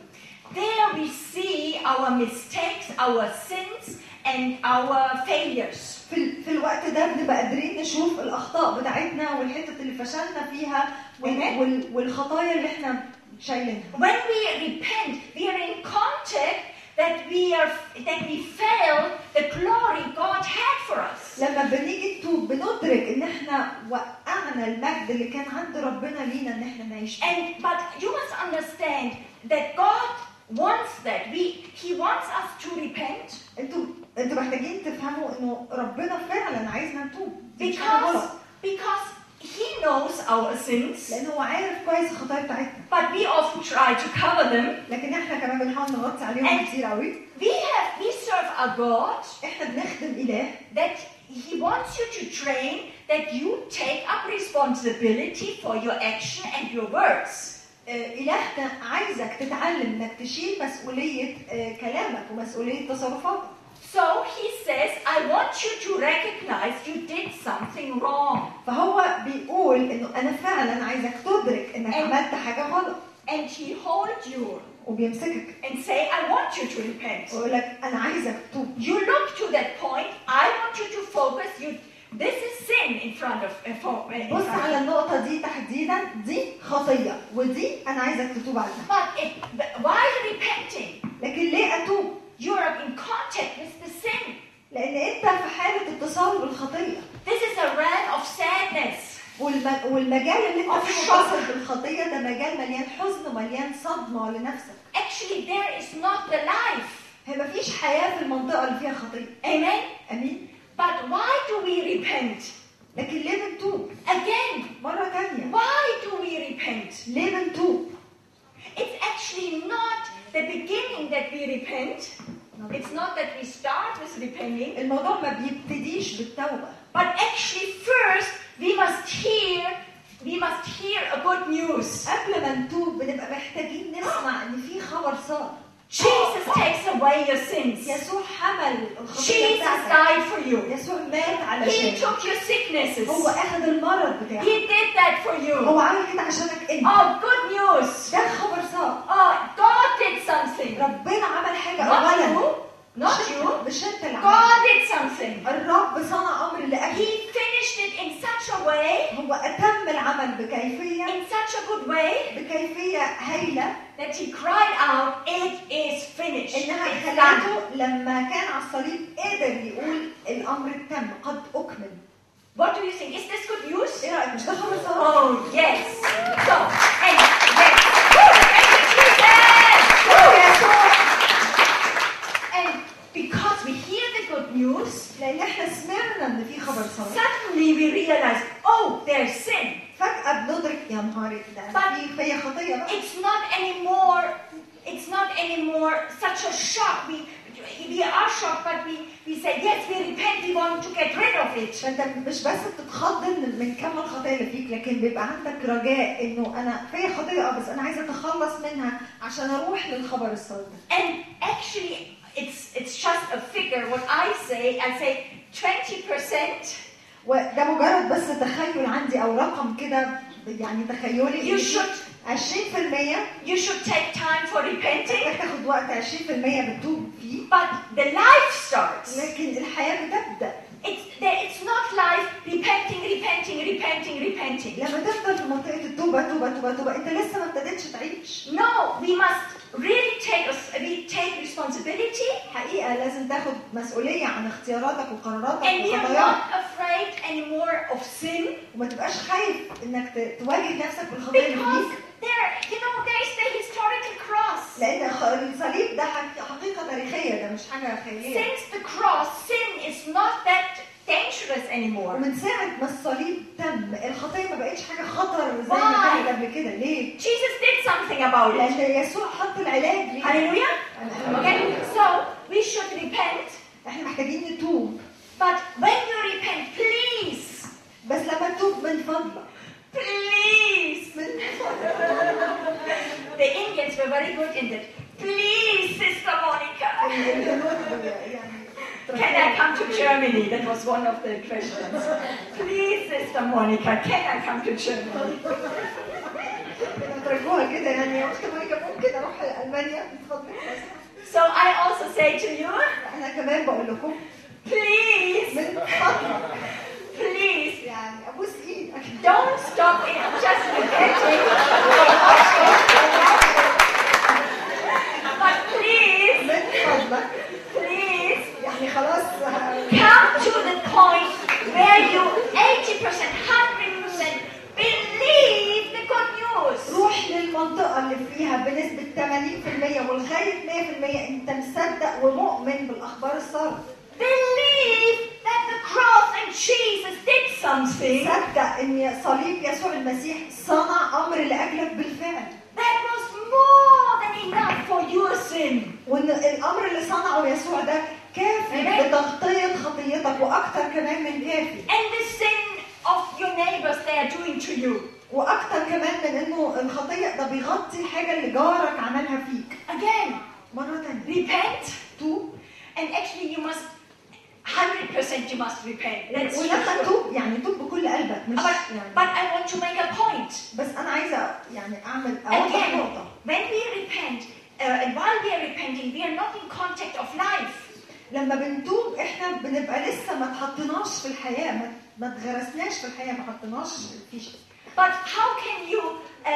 B: There we see our mistakes, our sins, and our failures.
A: في, ال- في الوقت ده بنبقى قادرين نشوف الاخطاء بتاعتنا والحتت اللي فشلنا فيها وال- وال- والخطايا اللي احنا شايلينها
B: When we repent, we are in contact that we are that we failed the glory God had for us.
A: لما بنيجي نتوب بندرك ان احنا وقعنا المجد اللي كان عند ربنا لينا ان احنا نعيش فيه.
B: And but you must understand that God wants that. We He wants us to repent.
A: انتوا انتوا محتاجين تفهموا انه ربنا فعلا عايزنا نتوب دي مش حاجة
B: Because,
A: غلط.
B: because he knows our sins,
A: لان هو عارف كويس الخطايا بتاعتنا
B: but we often try to cover them.
A: لكن احنا كمان بنحاول نغطي عليهم
B: And-
A: كتير قوي
B: We have we serve a God
A: احنا بنخدم اله
B: that he wants you to train that you take up responsibility for your action and your words.
A: آه، الهنا عايزك تتعلم انك تشيل مسؤوليه آه، كلامك ومسؤوليه تصرفاتك
B: So he says, I want you to recognize you did something wrong.
A: فهو بيقول انه انا فعلا عايزك تدرك انك
B: And-
A: عملت حاجه غلط
B: And he holds you
A: وبيمسكك
B: and say, I want you to repent.
A: ويقول لك انا عايزك تتوب
B: You look to that point, I want you to focus you this is sin in front of in front- in
A: بص
B: front of
A: على النقطة دي تحديدا دي خطية ودي أنا عايزك تتوب عنها
B: But it, but while repenting,
A: لكن ليه أتوب؟
B: you are in contact with the sin.
A: لأن أنت في حالة اتصال بالخطية
B: This is a realm of sadness.
A: والم- والمجال اللي أنت
B: Of
A: فيه
B: shock.
A: متصل بالخطية ده مجال مليان حزن ومليان صدمة لنفسك
B: actually there is not the life.
A: هي مفيش حياة في المنطقة اللي فيها خطية
B: Amen?
A: أمين
B: But why do we repent?
A: لكن ليه بنتوب؟
B: Again,
A: مرة تانية
B: why do we repent?
A: ليه بنتوب؟
B: It's actually not the beginning that we repent. It's not that we start with repenting,
A: الموضوع ما بيبتديش بالتوبة
B: but actually first we must hear, we must hear a good news.
A: قبل ما نتوب بنبقى محتاجين نسمع إن في خبر صار
B: Jesus takes away your sins.
A: يسوع حمل الخطية
B: Jesus
A: بتاعتك
B: died for you.
A: يسوع مات
B: He
A: علشان
B: took your sicknesses.
A: هو أخذ المرض
B: He
A: بتاعك
B: did that for you.
A: هو عمل كده عشانك أنت
B: Oh, good news.
A: ده خبر صار
B: Oh, God did something.
A: ربنا عمل حاجة
B: Not
A: أولا
B: you. Not you.
A: مش أنت اللي عملت.
B: God did something.
A: الرب صنع أمر لأجلك
B: He finished it in such a way,
A: هو أتم العمل بكيفية
B: in such a good way,
A: بكيفية هايلة
B: that he cried out, It is finished.
A: إنها
B: It's done.
A: خلته لما كان على الصليب قدر يقول الأمر تم قد أكمل
B: What do you think? Is this good news?
A: إيه رأيك مش ده خبر صار؟
B: Oh, yes. So, and yes. Woo! Thank you, Jesus. Woo! And because we hear the good news,
A: لأن إحنا سمعنا إن في خبر صار
B: suddenly we realize, oh, there's sin.
A: فجأة بندرك يا نهار ده أنا في فيا خطية بقى
B: It's not anymore, it's not anymore such a shock. We, we are shocked, but we, we say, yes, we repent, we want to get rid of it.
A: فأنت مش بس بتتخض من من كم الخطية اللي فيك لكن بيبقى عندك رجاء إنه أنا فيا خطية أه بس أنا عايزة أتخلص منها عشان أروح للخبر الصار ده
B: And actually, it's, it's just a figure. What I say, I say 20%.
A: وده مجرد بس تخيل عندي او رقم كده يعني تخيلي
B: You should,
A: 20%
B: you should take time for repenting,
A: محتاج تاخد وقت 20% بتتوب فيه
B: but the life starts.
A: لكن الحياه بتبدا
B: It's, there, it's not life repenting, repenting, repenting, repenting.
A: لما تفضل في منطقه التوبه توبه توبه توبه انت لسه ما ابتديتش تعيش
B: No, we must really take us- we take responsibility,
A: حقيقه لازم تاخد مسؤوليه عن اختياراتك وقراراتك
B: and we are
A: وخطاياك
B: not afraid anymore of sin
A: وما تبقاش خايف انك ت- تواجه نفسك بالخطيه اللي
B: because
A: فيك
B: there, you know, there is the historical cross.
A: لان خ- الصليب ده حق- حقيقه تاريخيه ده مش حاجه خياليه
B: Since the cross, sin is not that dangerous anymore.
A: ومن ساعة ما الصليب تم الخطية ما بقتش حاجة خطر زي ما كانت قبل كده ليه؟
B: Jesus did something about it.
A: لأن يسوع حط العلاج ليه؟
B: Hallelujah. Okay, so we should repent,
A: احنا محتاجين نتوب
B: but when you repent, please,
A: بس لما تتوب من فضلك
B: please.
A: من
B: The Indians were very good in that. Please, Sister Monica.
A: الجنود يعني
B: Can I come to Germany? That was one of the questions. Please, Sister Monica, can I come to Germany?
A: ترجوها كده يعني يا اخت مونيكا ممكن اروح المانيا من فضلك بس
B: So I also say to you,
A: انا كمان بقول لكم
B: please,
A: من فضلك
B: please,
A: يعني ابوس ايدك
B: don't stop it. Just repenting, but please,
A: من فضلك
B: please,
A: يعني خلاص آه،
B: come to the point where you 80%, 100% believe the good news.
A: روح للمنطقة اللي فيها بنسبة 80% والخايف 100% أنت مصدق ومؤمن بالأخبار السارة
B: Believe that the cross and Jesus did something
A: صدق إن صليب يسوع المسيح صنع أمر لأجلك بالفعل
B: that was more than enough for your sin.
A: وإن الأمر اللي صنعه يسوع ده كافي
B: أمين.
A: لتغطية خطيتك وأكتر كمان من كافي
B: And the sin of your neighbors they are doing to you.
A: وأكتر كمان من إنه الخطية ده بيغطي الحاجة اللي جارك عملها فيك
B: Again,
A: مرة تانية
B: repent.
A: توب
B: And actually, you must, 100% you must repent. That's
A: ولما
B: true.
A: توب يعني توب بكل قلبك مش
B: But,
A: يعني
B: but I want to make a point.
A: بس انا عايزه يعني اعمل اوضح
B: Again,
A: نقطه
B: when we repent, uh, and while we are repenting, we are not in contact of life.
A: لما بنتوب احنا بنبقى لسه ما اتحطيناش في الحياه ما, ما اتغرسناش في الحياه ما حطيناش في شيء
B: But how can you, uh,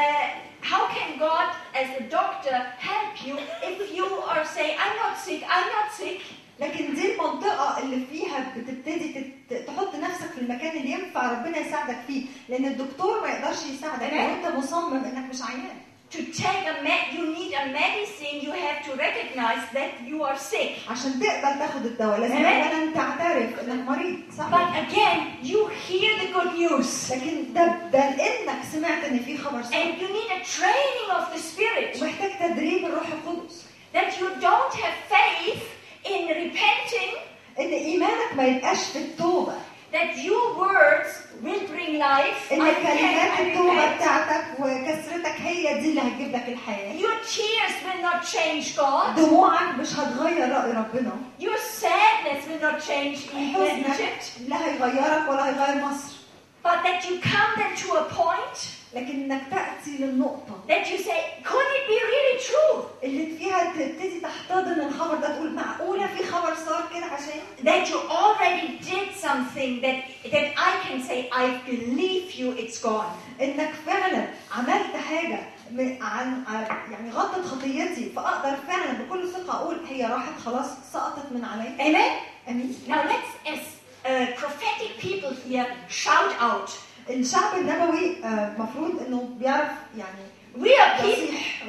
B: how can God as a doctor help you if you are saying, I'm not sick, I'm not sick?
A: لكن دي المنطقه اللي فيها بتبتدي تت- تحط نفسك في المكان اللي ينفع ربنا يساعدك فيه لان الدكتور ما يقدرش يساعدك
B: أمين.
A: لو انت مصمم انك مش عيان
B: To take a med, you need a medicine. You have to recognize that you are sick.
A: عشان تقدر تاخد الدواء لازم
B: أمين.
A: اولا تعترف انك مريض صح؟
B: But again, you hear the good news,
A: لكن ده ده لانك سمعت ان في خبر صح
B: and you need a training of the spirit
A: محتاج تدريب الروح القدس
B: that you don't have faith in repenting.
A: ان ايمانك ما يبقاش في التوبه
B: That your words will bring life.
A: ان
B: I repent,
A: كلمات
B: I
A: التوبه
B: repent.
A: بتاعتك وكسرتك هي دي اللي هتجيب لك الحياه
B: Your tears will not change God.
A: دموعك مش هتغير راي ربنا
B: Your sadness will not change
A: حزنك
B: Egypt.
A: لا هيغيرك ولا هيغير مصر
B: But that you come then to a point
A: لكن انك تاتي للنقطه
B: that you say, could it be really true?
A: اللي فيها تبتدي تحتضن الخبر ده تقول معقوله في خبر صار كده عشان
B: That you already did something that, that I can say, I believe you, it's gone.
A: انك فعلا عملت حاجه من- عن عن- يعني غطت خطيتي فاقدر فعلا بكل ثقه اقول هي راحت خلاص سقطت من عليا
B: Amen?
A: امين
B: Now let's, as uh, prophetic people here, shout out.
A: الشعب النبوي آه، مفروض انه بيعرف يعني
B: We are people
A: يصيح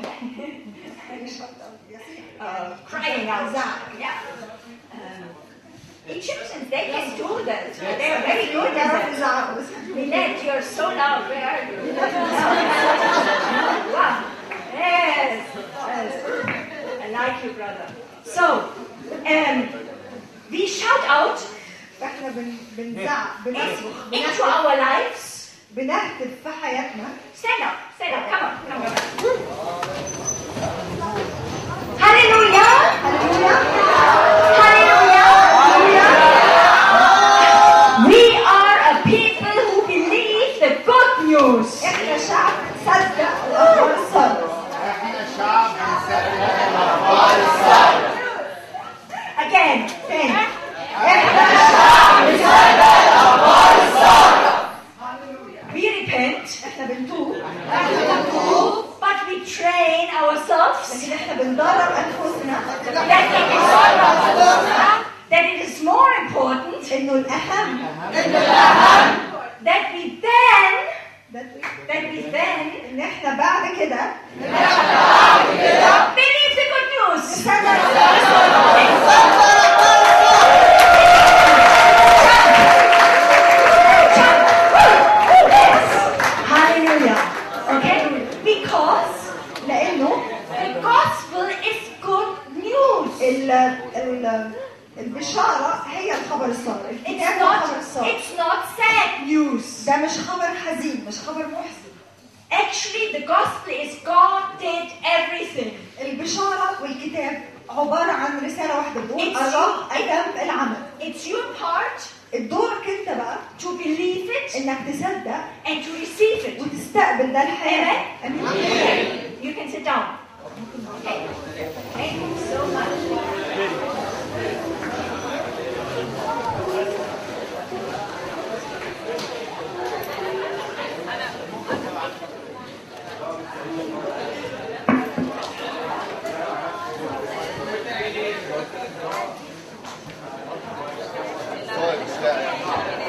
A: آه، مش هقدر، يصيح.
B: uh, crying out.
A: يزعق.
B: Yeah. Uh, Egyptians, they can do that. They are very good at that.
A: بيعرف يزعقوا
B: Millet, you're so loud. Where are you? wow. Yes. yes. I like you, brother. So, um, we shout out
A: فاحنا بن-
B: إيه.
A: بنزعق بنصرخ
B: in- into
A: بنهتف-
B: our lives.
A: بنهتف في حياتنا
B: Stand up. Stand up. Come on. Come on. Hallelujah.
A: هللويا
B: Hallelujah. We are a people who believe the good news.
A: احنا شعب صدق الاخبار الصار
C: احنا شعب بنصدق
B: Again. Thank We repent,
A: احنا بنتوب
B: but we train ourselves
A: لكن احنا بندرب انفسنا
B: that it is, that it is more important
A: انه الاهم
B: that we then that we then
A: ان احنا بعد كده
B: believe the good news.
A: هللويا
B: Okay? Because
A: لانه
B: the gospel is good news.
A: ال ال البشاره هي الخبر الصار
B: It's
A: الكتاب
B: not
A: الخبر الصار
B: it's not sad news.
A: ده مش خبر حزين مش خبر محزن
B: Actually the gospel is God did everything.
A: البشاره والكتاب عباره عن رساله واحده بتقول
B: It's-
A: الله اتم العمل
B: It's your part
A: دورك انت بقى
B: to believe it
A: انك تصدق
B: and to receive it.
A: وتستقبل ده الحياه امين
B: You can sit down. Okay. Thank you so much.
C: خالص لا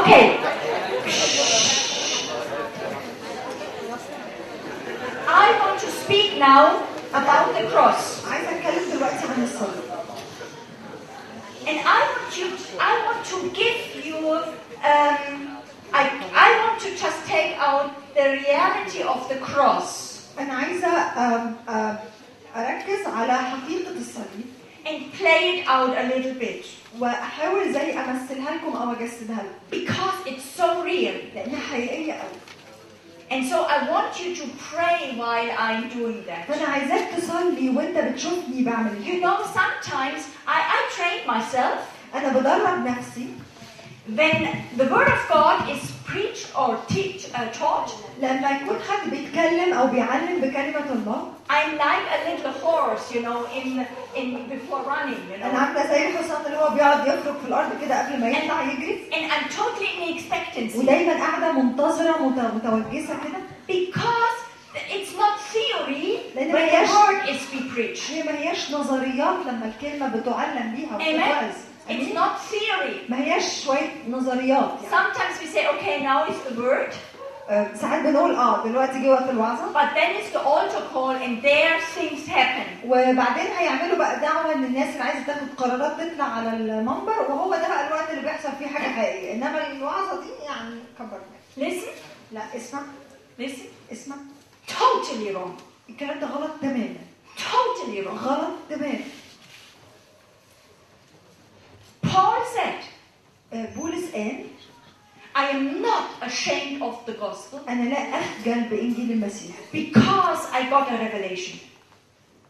B: Okay. I want to speak now about the cross.
A: عايزه اتكلم دلوقتي عن الصلاه
B: And I want you I want to give you um I, I want to just take out the reality of the cross
A: انا عايزه آم، آم، اركز على حقيقه الصليب
B: and play it out a little bit
A: واحاول زي امثلها لكم او اجسدها لكم
B: because it's so real.
A: لانها حقيقيه قوي
B: And so I want you to pray while I'm doing that.
A: فانا عايزاك تصلي وانت بتشوفني بعمل
B: You
A: كده
B: know, sometimes I, I train myself
A: انا بدرب نفسي
B: when the Word of God is preached or teach, uh, taught.
A: لما يكون حد بيتكلم او بيعلم بكلمه الله
B: I'm like a little horse, you know, in in before running, you
A: انا
B: know.
A: عامله زي الحصان اللي هو بيقعد يفرك في الارض كده قبل ما يطلع يجري
B: And I'm totally in expectancy
A: ودايما قاعده منتظره مت- متوجسه كده
B: because it's not theory
A: Then
B: when
A: yes.
B: the Word is being preached.
A: هي ما هياش نظريات لما الكلمه بتعلم بيها
B: Amen.
A: وبتتوعظ.
B: It's
A: أمين؟
B: not theory.
A: ما هياش شويه نظريات يعني
B: Sometimes we say, okay, now is the Word,
A: آه، ساعات بنقول اه دلوقتي جه وقت الوعظه
B: But then it's the altar call, and there things happen.
A: وبعدين هيعملوا بقى دعوه ان الناس اللي عايزه تاخد قرارات تطلع على المنبر وهو ده بقى الوقت اللي بيحصل فيه حاجه حقيقيه انما الوعظه دي يعني كبر دماغك.
B: Listen,
A: لا اسمع
B: listen.
A: اسمع
B: Totally wrong.
A: الكلام ده غلط تماما
B: Totally wrong.
A: غلط تماما
B: Paul said,
A: آه، بولس قال
B: I am not ashamed of the gospel
A: انا لا اخجل بانجيل المسيح
B: because I got a revelation.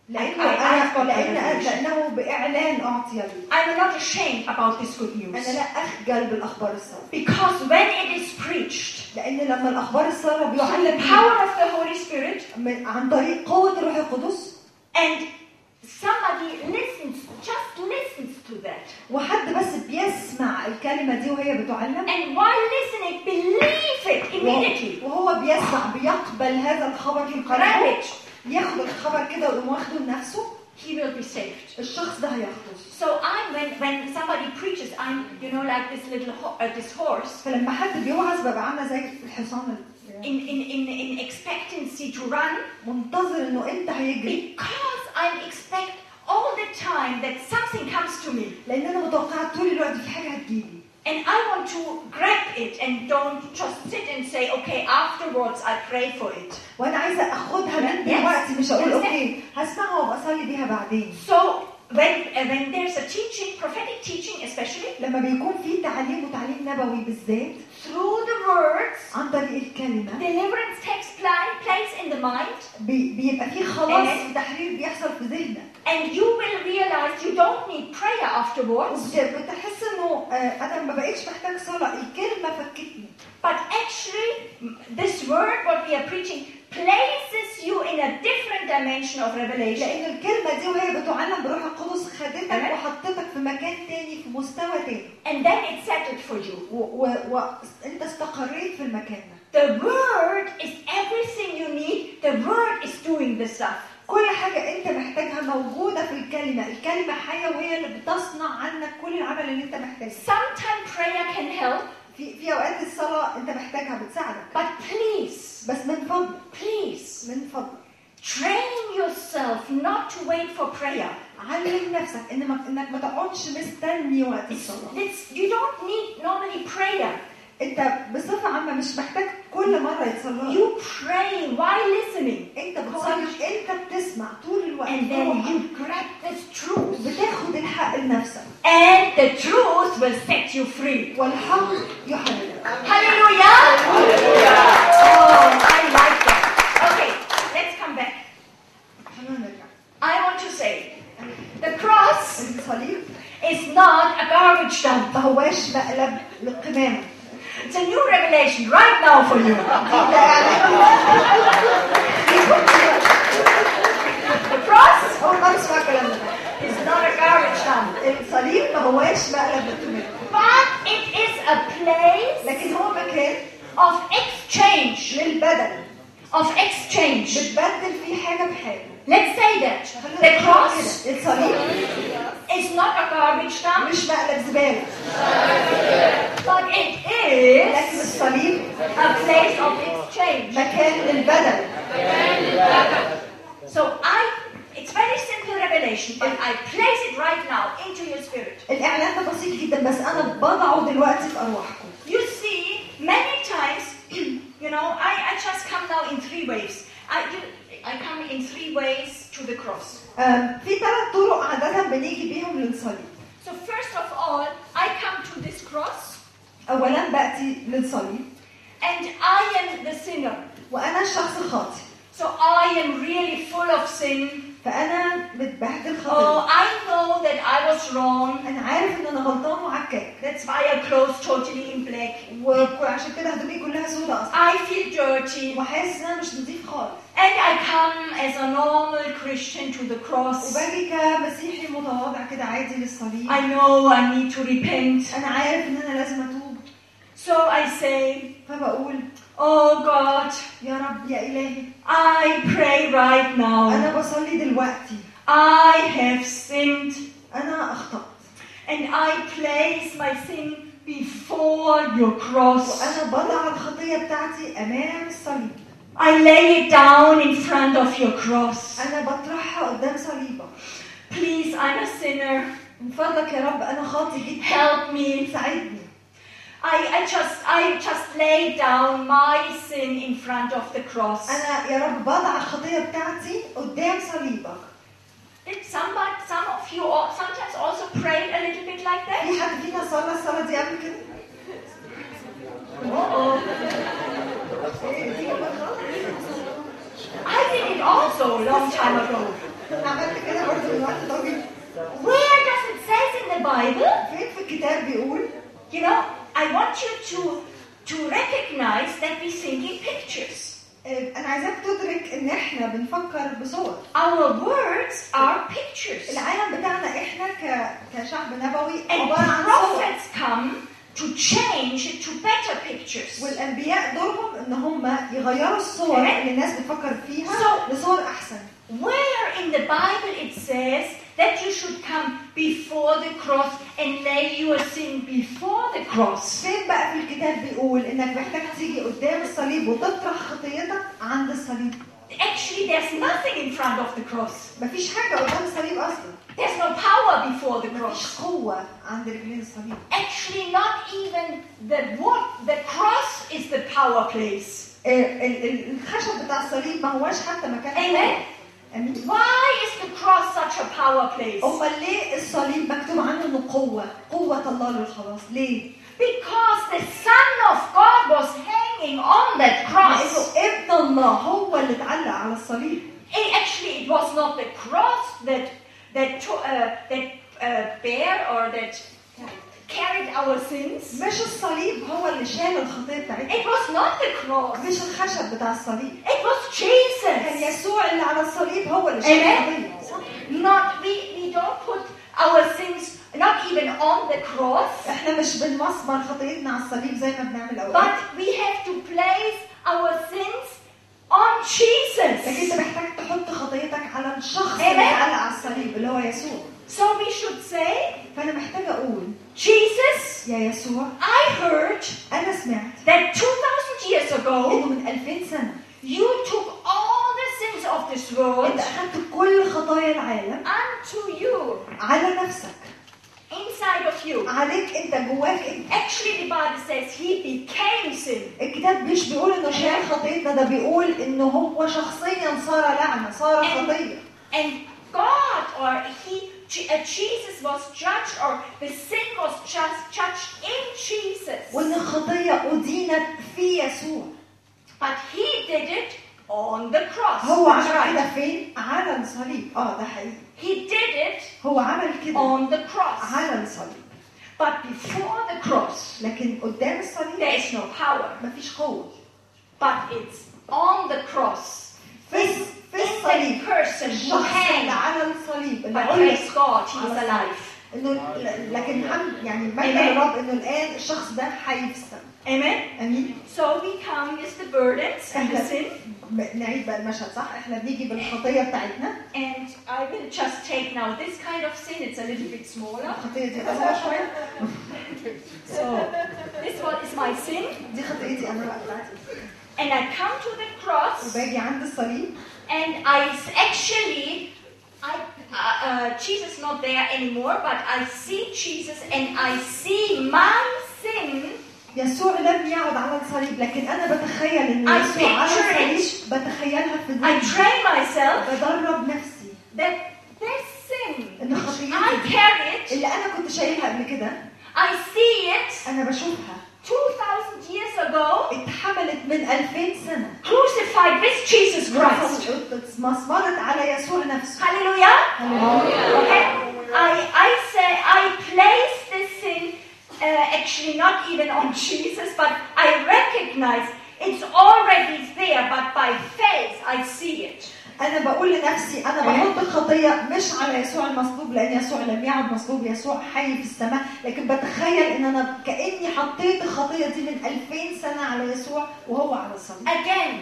A: لانه
B: I- I
A: انا
B: have got
A: لأن
B: revelation.
A: لانه باعلان اعطي لي
B: I'm not ashamed about this good news.
A: انا لا اخجل بالاخبار الساره
B: Because when it is preached,
A: لان لما الاخبار الساره
B: through the
A: بيعلم
B: power of the Holy Spirit,
A: من- عن طريق قوه الروح القدس
B: and somebody listens, just listens to that,
A: وحد بس بيسمع الكلمه دي وهي بتعلم
B: and while listening, believe it immediately.
A: وهو بيسمع بيقبل هذا الخبر في
B: Grab
A: قلبه
B: it.
A: ياخد الخبر كده ويقوم واخده لنفسه
B: He will be saved.
A: الشخص ده هيخلص
B: So I'm when when somebody preaches, I'm you know like this little ho- uh, this horse
A: فلما حد بيوعظ ببقى عامله زي الحصان اللي
B: in in in in expectancy to run
A: منتظر انه امتى هيجري
B: because I expect all the time that something comes to me.
A: لان انا متوقعه طول الوقت في حاجه هتجيلي
B: And I want to grab it and don't just sit and say, okay, afterwards I pray for it.
A: وانا عايزه اخدها من
B: Yes.
A: دلوقتي مش هقول
B: That's it.
A: اوكي هسمعها وابقى اصلي بيها بعدين
B: So when, uh, when there's a teaching, prophetic teaching especially,
A: لما بيكون في تعليم وتعليم نبوي بالذات
B: through the words,
A: عن طريق الكلمه
B: deliverance takes pla- place in the mind,
A: بي- بيبقى في خلاص
B: Amen.
A: وتحرير بيحصل في ذهنك
B: and you will realize you don't need prayer afterwards,
A: وبت- بتحس انه آه، انا ما بقتش محتاج صلاه الكلمه فكتني
B: but actually m- this word, what we are preaching, places you in a different dimension of revelation.
A: لان الكلمه دي وهي بتعلم بروح القدس خدتك
B: Amen.
A: وحطتك في مكان تاني في مستوى تاني
B: And then it's settled for you.
A: وانت استقريت في المكان ده
B: The word is everything you need. The word is doing the stuff.
A: كل حاجة أنت محتاجها موجودة في الكلمة، الكلمة حية وهي اللي بتصنع عنك كل العمل اللي أنت محتاجه.
B: Sometimes prayer can help,
A: في في أوقات الصلاة أنت محتاجها بتساعدك،
B: but please,
A: بس من فضلك
B: please
A: من فضلك
B: train yourself not to wait for prayer.
A: علم نفسك إن ما إنك ما تقعدش مستني وقت
B: It's,
A: الصلاة.
B: it's, you don't need normally prayer.
A: أنت بصفة عامة مش محتاج كل مرة يتصلى لك.
B: You pray while listening,
A: أنت بتصلي أنت بتسمع طول الوقت
B: and then you grab this truth,
A: بتاخد الحق لنفسك
B: and the truth will set you free.
A: والحق يحررك.
B: Hallelujah! Oh, I like that. Okay, let's come back.
A: خلونا نرجع.
B: I want to say, the cross
A: الصليب
B: is not a garbage dump.
A: ما هواش مقلب للقمامة.
B: It's a new revelation right now for you. The cross
A: أول مرة أسمع الكلام ده.
B: is not a garbage dump,
A: الصليب ما هواش مقلب للقمامة،
B: but it is a place
A: لكن هو مكان
B: of exchange.
A: للبدن
B: Of exchange.
A: بتبدل فيه حاجة بحاجة.
B: Let's say that the cross
A: الصليب
B: is not a garbage dump,
A: مش مقلب زبالة،
B: but it
A: لكن
B: is
A: الصليب
B: a place of exchange.
A: مكان للبدن.
B: So I, it's very simple revelation, but I place it right now into your spirit.
A: الإعلان ده بسيط جدا بس أنا بضعه دلوقتي في أرواحكم.
B: You see, many times, you know, I, I just come now in three ways. I, you, I come in three ways to the cross.
A: آم، آه، في ثلاث طرق عادة بنيجي بيهم للصليب.
B: So, first of all, I come to this cross
A: أولا بأتي للصليب
B: and I am the sinner.
A: وأنا شخص خاطئ
B: So, I am really full of sin.
A: فأنا متبهدل خاطئ.
B: Oh, I know that I was wrong.
A: أنا عارف إن أنا غلطان وعكاك
B: That's why I clothes totally in black.
A: وعشان كده هدومي كلها سودة أصلا.
B: I feel dirty. And
A: وحاسس ان انا مش نظيف خالص
B: I come as a normal Christian to the cross.
A: وباجي كمسيحي متواضع كده عادي للصليب
B: I know I need to repent.
A: انا عارف ان انا لازم اتوب
B: So, I say,
A: فبقول
B: Oh God,
A: يا رب يا الهي
B: I pray right now.
A: انا بصلي دلوقتي
B: I have sinned
A: انا اخطات
B: and I place my sin before your cross.
A: وانا بضع الخطيه بتاعتي امام الصليب
B: I lay it down in front of your cross.
A: انا بطرحها قدام صليبك
B: Please, I'm a sinner.
A: من فضلك يا رب انا خاطي جدا
B: Help me.
A: ساعدني
B: I, I just I just lay down my sin in front of the cross.
A: انا يا رب بضع الخطيه بتاعتي قدام صليبك
B: Did somebody, some of you all, sometimes also prayed a little bit like that?
A: في حد فينا صلى الصلاه دي قبل كده؟
B: Uh-oh.
A: إيه، دي أول مرة.
B: I did it also a long time ago.
A: انا عملت كده برضه من وقت طويل
B: Where does it says in the Bible?
A: فين في الكتاب بيقول
B: You know, I want you to to recognize that we think in pictures.
A: آه، انا عايزاك تدرك ان احنا بنفكر بصور
B: Our words are pictures.
A: العالم بتاعنا احنا ك... كشعب نبوي
B: And
A: عباره عن صور
B: prophets come to change it to better pictures.
A: والانبياء دورهم ان هم يغيروا الصور
B: Okay.
A: اللي الناس بتفكر فيها
B: So-
A: لصور احسن
B: Where in the Bible it says that you should come before the cross and lay your sin before the cross?
A: فين بقى في الكتاب بيقول انك محتاج تيجي قدام الصليب وتطرح خطيتك عند الصليب
B: Actually, there's nothing in front of the cross.
A: مفيش حاجه قدام الصليب اصلا
B: There's no power before the
A: مفيش
B: cross.
A: قوه عند رجلين الصليب
B: Actually, not even the what the cross is the power place.
A: آه، ال- ال- الخشب بتاع الصليب ما هواش حتى مكان
B: Amen.
A: امين
B: Why is the cross such a power place?
A: امال ليه الصليب مكتوب عنه انه قوه قوه الله للخلاص ليه
B: Because the Son of God was hanging on that
A: لانه
B: cross.
A: ابن الله هو اللي اتعلق على الصليب
B: It, actually, it was not the cross that that to, uh, that uh, bear or that carried our sins.
A: مش الصليب هو اللي شال الخطيه بتاعتنا
B: It was not the cross.
A: مش الخشب بتاع الصليب
B: It was
A: كان
B: Jesus.
A: يسوع اللي على الصليب هو اللي شال
B: Amen.
A: الخطيه
B: Not we. We don't put our sins not even on the cross,
A: احنا مش بنمسمر خطيتنا على الصليب زي ما بنعمل اوقات
B: but we have to place our sins on Jesus.
A: لكن انت محتاج تحط خطيتك على الشخص
B: Amen.
A: اللي اتعلق على الصليب اللي هو يسوع
B: So we should say,
A: فانا محتاجه اقول
B: Jesus,
A: يا يسوع
B: I heard
A: انا سمعت
B: that 2,000 years
A: انه
B: ago
A: من 2000 سنه
B: you took all the sins of this world
A: انت اخذت كل خطايا العالم
B: unto you,
A: على نفسك
B: inside of you.
A: عليك انت جواك انت
B: Actually, the Bible says he became sin.
A: الكتاب مش بيقول انه شال خطيتنا ده بيقول ان هو شخصيا صار لعنه صار خطيه
B: And God, or he, Je- uh, Jesus was judged, or the sin was just judged in
A: وان
B: Jesus.
A: الخطيه ادينت في يسوع
B: But he did it on the cross.
A: هو
B: That's
A: عمل
B: right.
A: كده فين على الصليب اه ده حقيقي
B: He did it
A: هو عمل كده
B: on the cross.
A: على الصليب
B: But before the cross,
A: لكن قدام الصليب
B: there is no power.
A: مفيش قوه
B: But it's on the cross.
A: في في
B: The
A: الصليب
B: person who
A: الشخص اللي
B: hanged.
A: على الصليب اللي
B: But
A: علق
B: praise God, he was alive.
A: انه لكن الحمد يعني مجد
B: Amen.
A: الرب انه الان الشخص ده هيفسد
B: Amen.
A: امين
B: So we come with the burdens and the sin,
A: ب- نعيد بقى المشهد صح احنا بنيجي بالخطيه بتاعتنا
B: and I will just take now this kind of sin. It's a little bit smaller.
A: الخطيه دي اصغر شويه
B: So this one is my sin,
A: دي خطيتي انا بقى بتاعتي
B: and I come to the cross,
A: وباجي عند الصليب
B: and I s- actually, I uh, uh, Jesus not there anymore, but I see Jesus, and I see my sin.
A: يسوع لم يعد على الصليب لكن انا بتخيل ان
B: I
A: يسوع على
B: picture it.
A: الصليب بتخيلها في
B: I
A: دماغي
B: train myself
A: بدرب نفسي
B: that this sin
A: ان خطيتي
B: I carried,
A: اللي انا كنت شايلها قبل كده
B: I see it
A: انا بشوفها
B: two thousand years ago.
A: اتحملت من 2000 سنه
B: crucified with Jesus Christ.
A: مسمرت على يسوع نفسه
B: Hallelujah.
A: هللويا.
B: Okay. I I say I place this sin uh, actually not even on Jesus, but I recognize it's already there, but by faith I see it.
A: انا بقول لنفسي انا بحط الخطيه مش على يسوع المصلوب لان يسوع لم يعد مصلوب يسوع حي في السماء لكن بتخيل ان انا كاني حطيت الخطيه دي من 2000 سنه على يسوع وهو على الصليب
B: Again,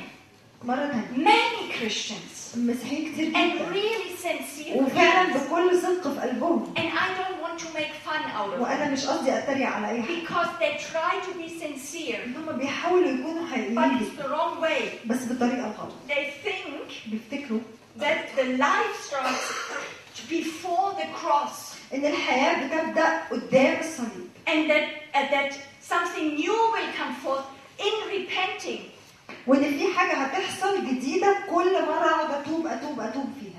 A: مرة تانية
B: Many Christians.
A: المسيحيين كتير
B: And
A: جدا
B: really sincere
A: وفعلا
B: Christians.
A: بكل صدق في قلبهم
B: And I don't want to make fun out of
A: وانا
B: them.
A: مش قصدي اتريق على اي حد
B: Because they try to be sincere.
A: ان هم بيحاولوا يكونوا
B: But
A: حقيقيين
B: it's the wrong way.
A: بس بالطريقه الغلط
B: They think
A: بيفتكروا
B: that the life starts before the cross.
A: ان الحياه بتبدا قدام الصليب
B: and that uh, that something new will come forth in repenting.
A: وان في حاجه هتحصل جديده كل مره اقعد اتوب اتوب اتوب فيها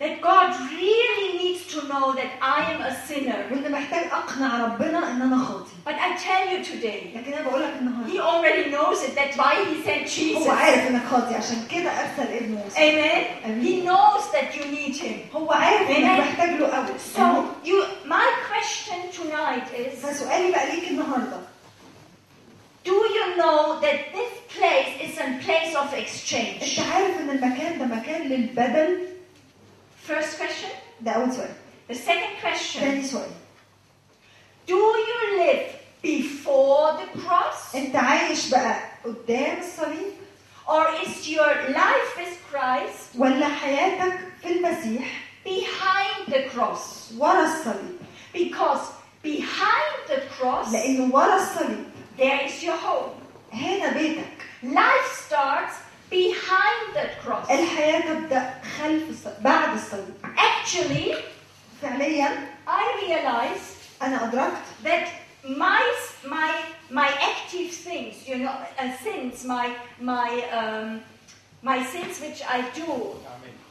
B: That God really needs to know that I am a sinner.
A: وان محتاج اقنع ربنا ان انا خاطي
B: But I tell you today,
A: لكن انا بقول لك النهارده
B: He already knows it. That's why He sent Jesus.
A: هو عارف انك خاطي عشان كده ارسل ابنه يسوع
B: Amen. He knows that you need Him.
A: هو عارف انك محتاج له قوي
B: So you, my question tonight is:
A: فسؤالي بقى ليك النهارده
B: Do you know that this place is a place of exchange?
A: انت عارف ان المكان ده مكان للبدل
B: First question.
A: ده اول سؤال
B: The second question:
A: تاني سؤال
B: Do you live before the cross?
A: انت عايش بقى قدام الصليب
B: Or is your life with Christ
A: ولا حياتك في المسيح
B: behind the cross?
A: ورا الصليب
B: Because behind the cross,
A: لانه ورا الصليب
B: there is your home.
A: هنا بيتك
B: Life starts behind the cross.
A: الحياه تبدا خلف الصليب بعد الصليب
B: Actually,
A: فعليا
B: I realized
A: انا ادركت
B: that my my my active sins, you know, uh, sins, my my um, my sins which I do,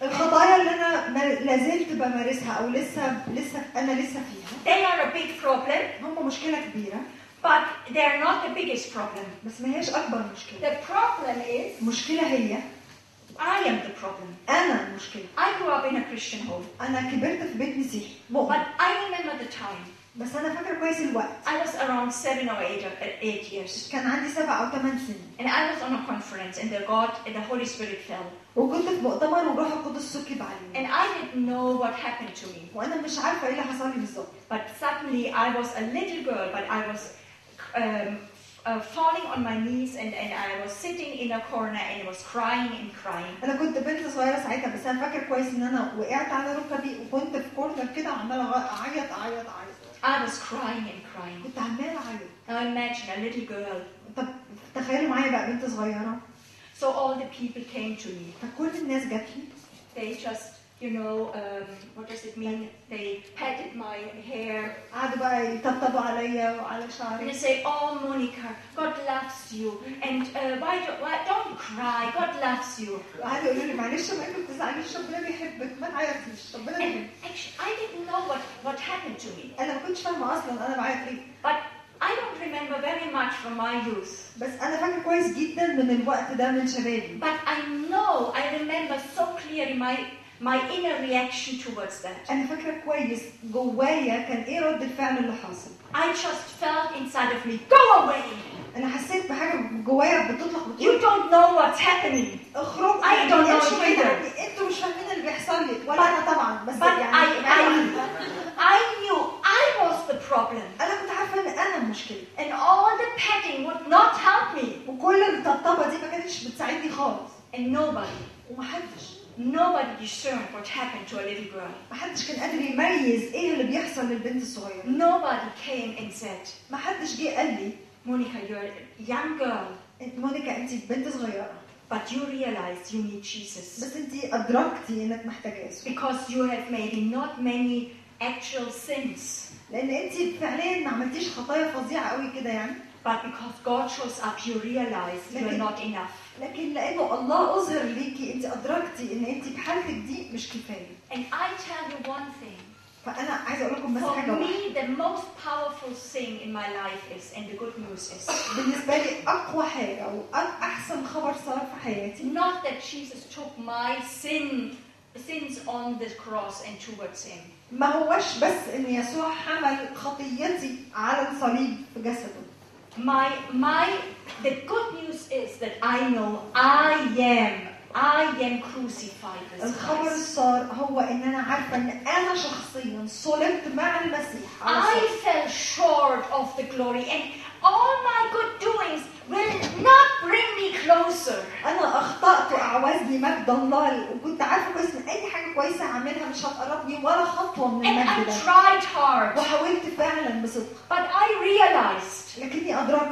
A: الخطايا اللي انا ما- لا زلت بمارسها او لسه لسه انا لسه فيها
B: they are a big problem,
A: هم مشكله كبيره
B: but they are not the biggest problem.
A: بس ما هيش اكبر مشكله
B: The problem is
A: المشكله هي
B: I am the problem.
A: انا المشكله
B: I grew up in a Christian home,
A: انا كبرت في بيت مسيحي مؤمن
B: but I remember the time.
A: بس انا فاكره كويس الوقت
B: I was around seven or eight, or eight years,
A: كان عندي سبع او ثمان سنين
B: and I was on a conference, and the God and the Holy Spirit fell,
A: وكنت في مؤتمر وروح القدس سكب عليا
B: and I didn't know what happened to me.
A: وانا مش عارفه ايه اللي حصل لي بالظبط
B: But suddenly, I was a little girl, but I was um, uh, falling on my knees, and, and I was sitting in a corner, and was crying and crying.
A: انا كنت بنت صغيره ساعتها بس انا فاكره كويس ان انا وقعت على ركبي وكنت في كورنر كده وعماله أغ- اعيط اعيط اعيط
B: I was crying and crying.
A: كنت عماله اعيط
B: Now imagine a little girl.
A: طب تخيلوا معايا بقى بنت صغيره
B: So all the people came to me.
A: فكل الناس جات لي
B: They just, you know, um, what does it mean? They patted my hair.
A: قعدوا بقى يطبطبوا عليا وعلى
B: And
A: شعري
B: they say, "Oh, Monica, God loves you, and uh, why, do, why don't cry? God loves you."
A: وقعدوا يقولوا لي معلش ما انت بتزعليش ربنا بيحبك ما تعيطيش ربنا
B: And
A: بيحبك
B: actually, I didn't know what what happened to me,
A: انا ما كنتش فاهمه اصلا انا بعيط ليه
B: but I don't remember very much from my youth.
A: بس انا فاكره كويس جدا من الوقت ده من شبابي
B: But I know I remember so clearly my my inner reaction towards that.
A: انا فاكره كويس جوايا كان ايه رد الفعل اللي حاصل
B: I just felt inside of me, "Go away!
A: انا حسيت بحاجه جوايا بتطلق بتقول
B: You don't know what's happening."
A: اخرج يعني ما
B: I don't know
A: تتكلمش
B: either.
A: معايا. انتوا مش فاهمين اللي بيحصل لي ولا انا طبعا بس
B: But I
A: يعني
B: I I knew I was the problem,
A: انا كنت عارفه ان انا المشكله
B: and all the patting would not help me.
A: وكل الطبطبه دي ما كانتش بتساعدني خالص
B: And nobody,
A: ومحدش
B: nobody discerned what happened to a little girl.
A: محدش كان قادر يميز ايه اللي بيحصل للبنت الصغيره
B: Nobody came and said,
A: محدش جه قال لي
B: Monica, you're a young girl,
A: "إنت- مونيكا انت بنت صغيره
B: but you realize you need Jesus.
A: بس انت ادركتي انك محتاجه يسوع
B: Because you have maybe not many actual sins,
A: لان انت فعليا ما عملتيش خطايا فظيعه قوي كده يعني
B: but because God shows up, you realize you're
A: Looking-
B: not enough.
A: لكن لانه الله اظهر ليكي انت ادركتي ان انت بحالتك دي مش كفايه
B: And I tell you one thing.
A: فانا عايزه اقول لكم بس حاجه
B: For
A: واحدة.
B: me, the most powerful thing in my life is, and the good news is,
A: بالنسبه لي اقوى حاجه واحسن خبر صار في حياتي
B: not that Jesus took my sin, sins on the cross and towards him.
A: ما هوش بس ان يسوع حمل خطيتي على الصليب في جسده
B: My my the good news is that I know I am I am crucified with
A: الخبر
B: Christ.
A: الصار هو ان انا عارفه ان انا
B: آه.
A: شخصيا صلبت مع المسيح على الصليب.
B: I fell short of the glory and all my good doings will not bring me closer.
A: انا اخطات واعوزني مجد الله وكنت عارفه كويس ان اي حاجه كويسه هعملها مش هتقربني ولا خطوه من
B: And I
A: المجد ده
B: tried hard,
A: وحاولت فعلا بصدق
B: but I realized
A: لكني ادركت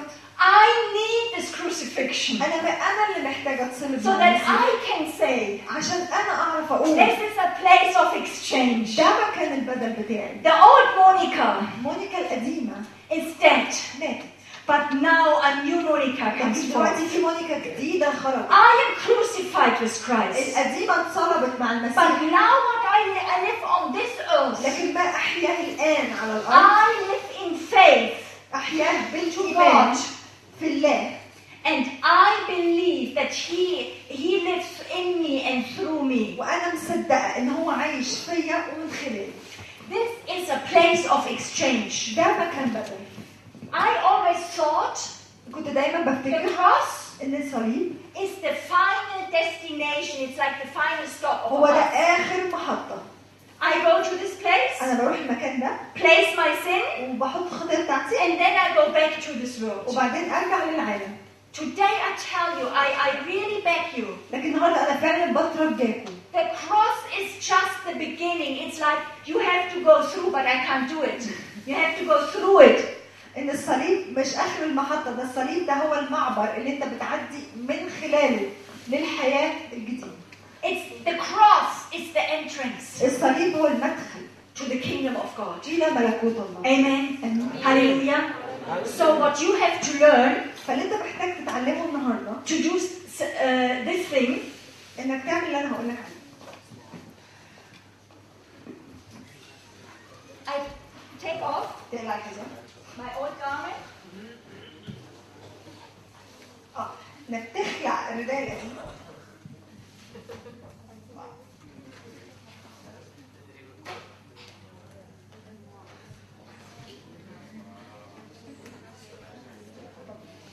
B: I need this crucifixion so
A: انا بقى انا اللي محتاجه اتصل
B: that
A: بالمسيح
B: I can say,
A: عشان انا اعرف اقول
B: this is a place of exchange.
A: ده مكان البدل بتاعي
B: The old Monica
A: مونيكا القديمه
B: is dead,
A: ماتت
B: but now a new Monica comes
A: لكن
B: forth.
A: دلوقتي في مونيكا جديده خرجت
B: I am crucified with Christ.
A: القديمه اتصلبت مع
B: But
A: المسيح
B: now what I li- I live on this earth,
A: لكن بقى احياه الان على الارض
B: I live in faith
A: احياه بالايمان
B: God.
A: في الله
B: And I believe that he, he lives in me and through me.
A: وانا مصدقه ان هو عايش فيا ومن خلالي
B: This is a place of exchange.
A: ده مكان بدل
B: I always thought
A: كنت دايما
B: the
A: بفتكر
B: cross
A: ان الصليب
B: is the final destination. It's like the final stop of
A: هو ده
B: us.
A: اخر محطه
B: I go to this place,
A: انا بروح المكان ده
B: place my sin,
A: وبحط الخطيه بتاعتي
B: and then I go back to this world.
A: وبعدين ارجع للعالم
B: Today I tell you, I, I really beg you,
A: لكن النهارده انا فعلا بطرد جاكم
B: the cross is just the beginning. It's like you have to go through, but I can't do it. You have to go through it.
A: ان الصليب مش اخر المحطه ده الصليب ده هو المعبر اللي انت بتعدي من خلاله للحياه الجديده
B: It's the cross is the entrance
A: الصليب هو المدخل
B: to the kingdom of God.
A: الى ملكوت الله
B: Amen.
A: آمين.
B: Hallelujah. So what you have to learn
A: فاللي انت محتاج تتعلمه النهارده
B: to do s- uh, this thing,
A: انك تعمل اللي انا هقول لك عليه
B: I take off
A: تقلع الحزام
B: my old garment
A: اه انك تخلع الردايه دي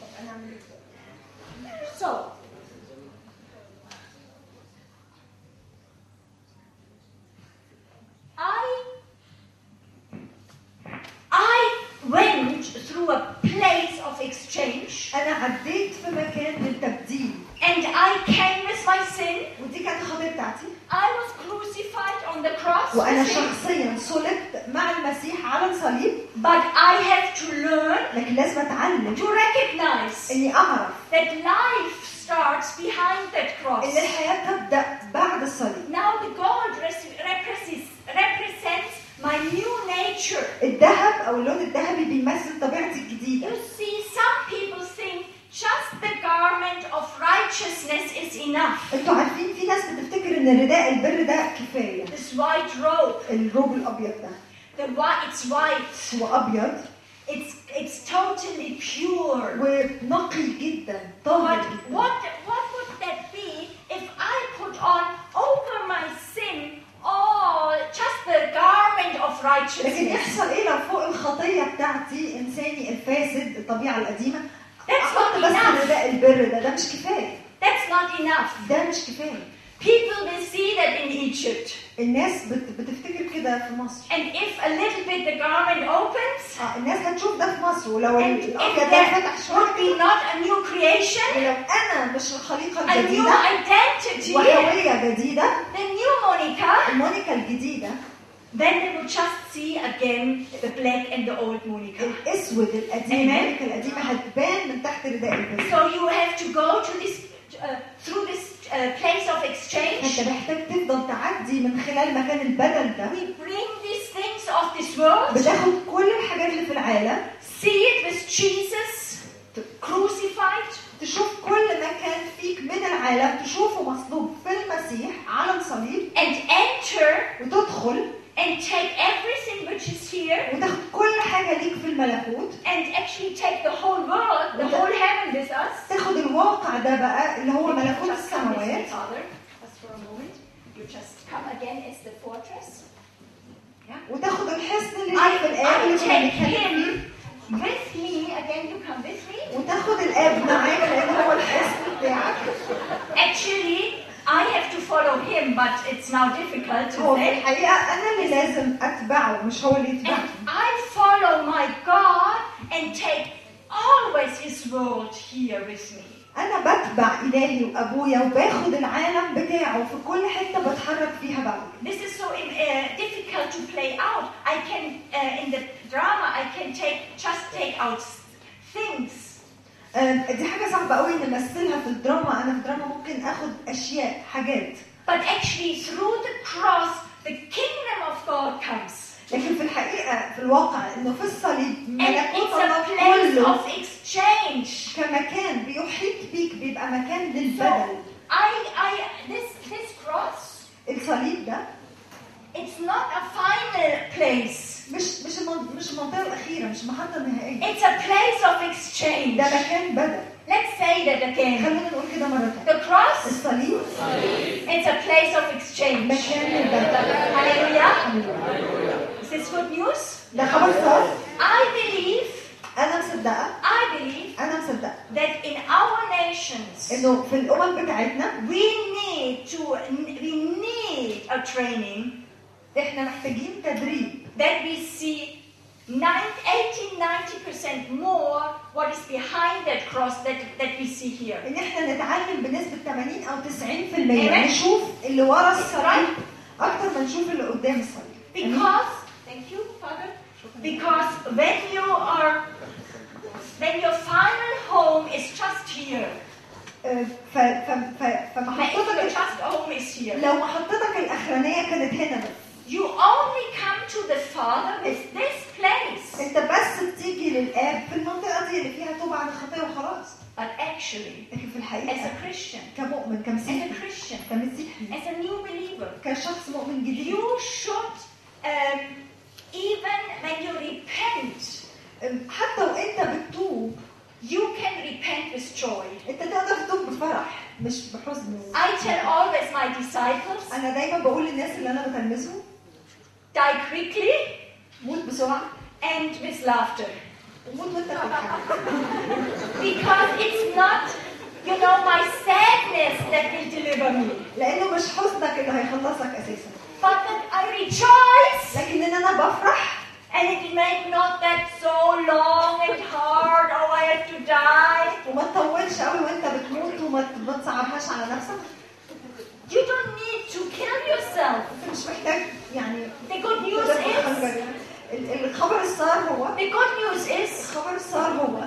A: طب انا اعمل ايه
B: So, I I went through a place of exchange,
A: انا عديت في مكان للتبديل
B: and I came with my sin.
A: ودي كانت الخطيه بتاعتي
B: I was crucified on the cross,
A: وانا
B: with sin,
A: شخصيا صلبت مع المسيح على الصليب
B: but I have to learn
A: لكن لازم اتعلم
B: to recognize
A: اني اعرف
B: that life starts behind that
A: ان
B: cross.
A: الحياه تبدا بعد الصليب
B: Now the gold res- represents, represents my new nature.
A: الذهب او اللون الذهبي بيمثل طبيعتي الجديده
B: You see, some people think just the garment of righteousness is enough.
A: انتوا عارفين في ناس بتفتكر ان رداء البر ده كفايه
B: This white robe,
A: الروب الابيض ده
B: the white, it's white.
A: هو ابيض
B: It's it's totally pure. Oh,
A: ونقي جدا
B: But
A: طاهر جدا
B: what what would that be if I put on over my sin all just the garment of
A: لكن
B: righteousness?
A: يحصل ايه لو فوق الخطيه بتاعتي انساني الفاسد الطبيعه القديمه
B: That's not
A: احط بس
B: enough.
A: رداء البر ده ده مش كفايه
B: That's not enough.
A: ده مش كفايه
B: People will see that in Egypt.
A: الناس بت... بتفتكر كده في مصر
B: And if a little bit the garment opens,
A: اه الناس هتشوف ده في مصر ولو
B: and
A: الابيض ده
B: if there
A: فتح
B: would
A: شويه
B: be not a new creation,
A: ولو انا مش الخليقه
B: a new
A: الجديده
B: identity, the
A: وهوية جديدة
B: new Monica,
A: مونيكا الجديدة
B: then they will just see again the black and the old Monica.
A: الأسود القديم
B: Amen.
A: مونيكا القديمة هتبان من تحت رداء البس
B: So you have to go to this uh, through this uh, place of exchange.
A: انت محتاج تفضل تعدي من خلال مكان البدل ده
B: We bring these things of this world,
A: بتاخد كل الحاجات اللي في العالم
B: see it with Jesus crucified,
A: تشوف كل ما كان فيك من العالم تشوفه مصلوب في المسيح على الصليب
B: and enter
A: وتدخل
B: and take everything which is here
A: وتاخد كل حاجة ليك في الملكوت
B: and actually take the whole world, the whole heaven with us.
A: تاخد الواقع ده بقى اللي هو
B: You
A: ملكوت
B: just come with
A: السماوات
B: me, Father, just for a moment. You just come again as the fortress.
A: وتاخد الحصن اللي
B: I,
A: ليك في الآب
B: I
A: اللي كنا
B: take
A: بنتكلم فيه.
B: him with me. Again, you come with me.
A: وتاخد الاب معاك لان هو الحصن بتاعك
B: Actually, I have to follow him, but it's now difficult to
A: هو في
B: say.
A: الحقيقه انا اللي لازم اتبعه مش هو اللي
B: And
A: يتبعني
B: I follow my God and take always his word here with me.
A: انا بتبع الهي وابويا وباخد العالم بتاعه في كل حته بتحرك فيها بعد
B: This is so uh, difficult to play out. I can, uh, in the drama, I can take just take out s- things.
A: آه، دي حاجه صعبه قوي ان امثلها في الدراما انا في الدراما ممكن اخد اشياء حاجات
B: But actually, through the cross, the kingdom of God comes.
A: لكن في الحقيقه في الواقع انه في الصليب
B: And it's
A: ملكوت
B: a
A: الله
B: place
A: كله
B: of exchange.
A: كمكان بيحيط بيك بيبقى مكان
B: So
A: للبدل
B: I, I, this, this cross,
A: الصليب ده
B: it's not a final place.
A: مش مش المن- مش المنطقه الاخيره مش المحطه النهائيه
B: It's a place of exchange.
A: ده مكان بدل
B: Let's say that again.
A: خلينا نقول كده مره تانية
B: The cross,
A: الصليب
B: it's a place of exchange.
A: مكان للبدل
B: Hallelujah. Is this good news?
A: ده خبر صار
B: I believe,
A: انا مصدقه
B: I believe
A: انا مصدقه
B: that in our nations
A: انه في الامم بتاعتنا
B: we need to we need a training
A: احنا محتاجين تدريب
B: that we see 18 90 percent more what is behind that cross that that we see here.
A: ان احنا نتعلم بنسبه 80 او 90%
B: Amen.
A: نشوف اللي ورا الصليب اكتر ما نشوف اللي قدام الصليب يعني، أمين.
B: Because thank you, Father. Because when you are when your final home is just here,
A: آه، ف ف ف
B: my your
A: فمحطتك
B: just home is here.
A: لو محطتك الاخرانيه كانت هنا بس
B: You only come to the Father with this place.
A: انت بس بتيجي للاب في المنطقه دي اللي فيها توبه عن الخطيه وخلاص
B: But actually,
A: لكن في
B: as
A: الحقيقه
B: a Christian,
A: كمؤمن
B: as a
A: كمسيحي
B: Christian,
A: كمسيحي
B: as a new believer,
A: كشخص مؤمن جديد
B: you should, um, even when you repent,
A: حتى وانت بتتوب
B: you can repent with joy.
A: انت تقدر تتوب بفرح مش بحزن
B: I tell always my disciples,
A: انا دايما بقول للناس اللي انا بتلمسهم
B: die quickly
A: موت بسرعه
B: and with laughter.
A: وموت وانت بتضحك
B: Because it's not, you know, my sadness that will deliver me,
A: لانه مش حزنك اللي هيخلصك اساسا
B: but that I rejoice.
A: لكن ان انا بفرح
B: And it may not that so long and hard, oh, I have to die.
A: وما تطولش قوي وانت بتموت وما ت- ما تصعبهاش على نفسك
B: You don't need to kill yourself.
A: انت مش محتاج يعني
B: The good news is,
A: ال- الخبر السار هو
B: the good news is,
A: الخبر السار هو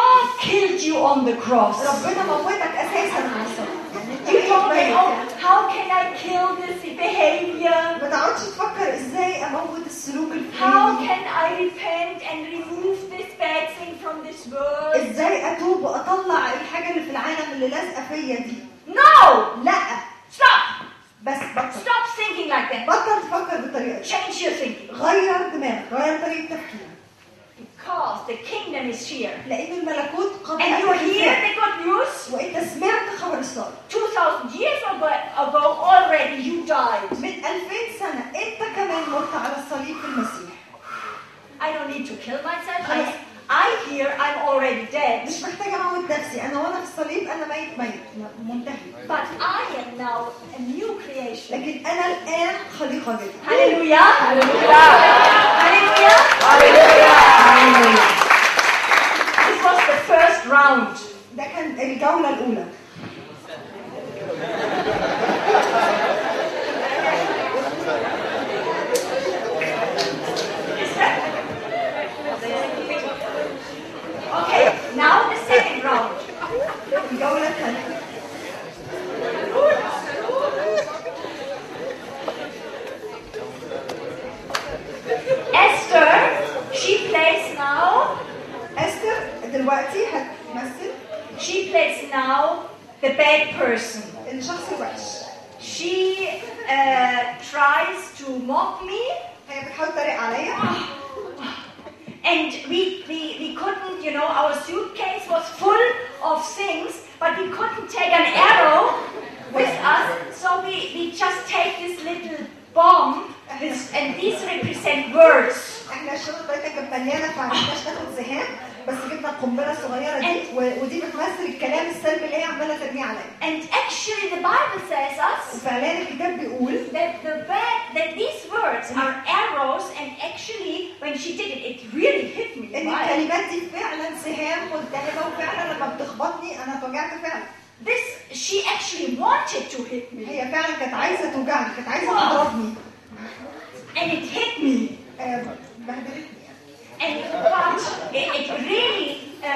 B: God killed you on the cross.
A: ربنا موتك اساسا على الصليب يعني انت
B: You don't
A: ميت يعني.
B: think, oh, how can I kill this behavior?
A: ما تقعدش تفكر ازاي اموت السلوك
B: How
A: الفلاني
B: can I repent and remove this bad thing from this world?
A: ازاي اتوب واطلع الحاجه اللي في العالم اللي لازقه فيا دي
B: No!
A: لا
B: Stop!
A: بس بطل
B: Stop thinking like that.
A: بطل تفكر بالطريقه دي
B: Change your thinking.
A: غير دماغك غير طريقه تفكيرك
B: Because the kingdom is here.
A: لان الملكوت قد
B: And you hear
A: أتت.
B: the good news?
A: وانت سمعت خبر الصلاه
B: 2,000 years ago, ago already you died.
A: من 2000 سنه انت كمان مت على الصليب في المسيح
B: I don't need to kill myself. I, I hear I'm already dead.
A: مش محتاجه اموت نفسي انا وانا في الصليب انا ميت ميت م- منتهي
B: But I am now a new creation.
A: لكن انا الان خليقه جديده
B: Hallelujah! Hallelujah! This was the first round.
A: ده كان الجوله الاولى
B: Okay, now the second round.
A: الجوله الثانيه
B: Esther, she plays now.
A: استر دلوقتي هتمثل
B: She plays now the bad person.
A: الشخص الوحش
B: She uh, tries to mock me,
A: هي بتحاول تتريق عليا
B: and we, we, we couldn't, you know, our suitcase was full of things, but we couldn't take an arrow with us, so we, we just take this little bomb, this, and these represent words.
A: احنا الشنطه بتاعتنا كانت مليانه فما عرفناش ناخد سهام بس جبنا القنبله الصغيره دي و- ودي بتمثل الكلام السلبي اللي هي عماله ترميه عليا
B: And actually, the Bible says us
A: وفعليا الكتاب بيقول
B: that the bad, that these words are arrows, and actually, when she did it, it really hit me.
A: ان
B: Why?
A: الكلمات دي فعلا سهام ملتهبه وفعلا لما بتخبطني انا اتوجعت فعلا
B: This, she actually wanted to hit me,
A: هي فعلا كانت عايزه توجعني كانت عايزه تضربني
B: and it hit me.
A: آه، بهدلتني يعني
B: And but it, it really uh,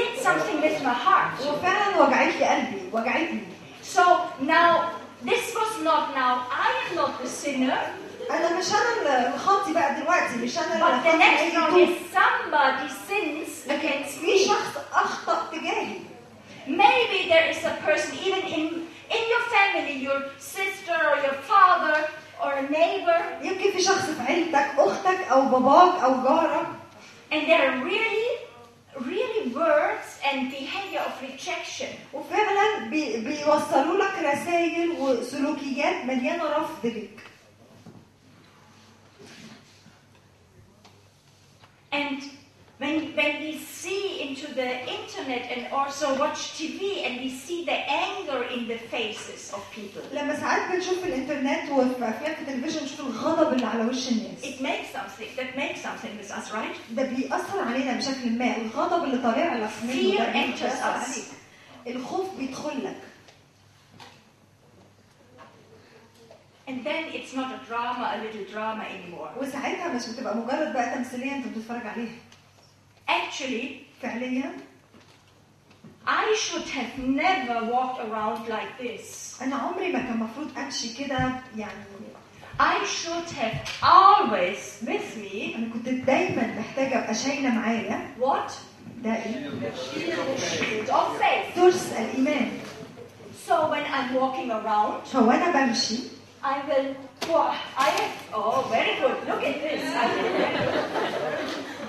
B: did something with my heart.
A: وفعلا وجعت لي قلبي وجعتني
B: So now this was not now. I am not the sinner,
A: انا مش انا اللي خاطي بقى دلوقتي مش انا
B: but
A: اللي
B: the
A: خاطي
B: next
A: أي
B: one
A: طول.
B: is somebody sins against
A: في
B: me.
A: شخص اخطا تجاهي
B: Maybe there is a person even in in your family, your sister or your father or a neighbor,
A: يمكن في شخص في عيلتك اختك او باباك او جارك
B: and there are really, really words and behavior of rejection.
A: وفعلا بي بيوصلوا لك رسائل وسلوكيات مليانه رفض ليك
B: And when, when we see into the internet and also watch TV and we see the anger in the faces of people,
A: لما ساعات بنشوف في الانترنت وفي افلام في التلفزيون نشوف الغضب اللي على وش الناس
B: it makes something, that makes something with us, right?
A: ده بيأثر علينا بشكل ما الغضب اللي طالع لك منه
B: Fear
A: ده
B: enters
A: بيأثر
B: us.
A: عليك الخوف بيدخل لك
B: And then it's not a drama, a little drama anymore.
A: وساعتها مش بتبقى مجرد بقى تمثيليه انت بتتفرج عليها
B: Actually,
A: فعليا
B: I should have never walked around like this.
A: انا عمري ما كان المفروض امشي كده يعني
B: I should have always with me
A: انا كنت دايما محتاجه ابقى شايله معايا
B: what?
A: ده ايه
B: The shield of faith.
A: ترس الايمان
B: So when I'm walking around,
A: فهو انا بمشي
B: I will. Wow, I have. Oh, very good. Look at this. I Hmm. did very good.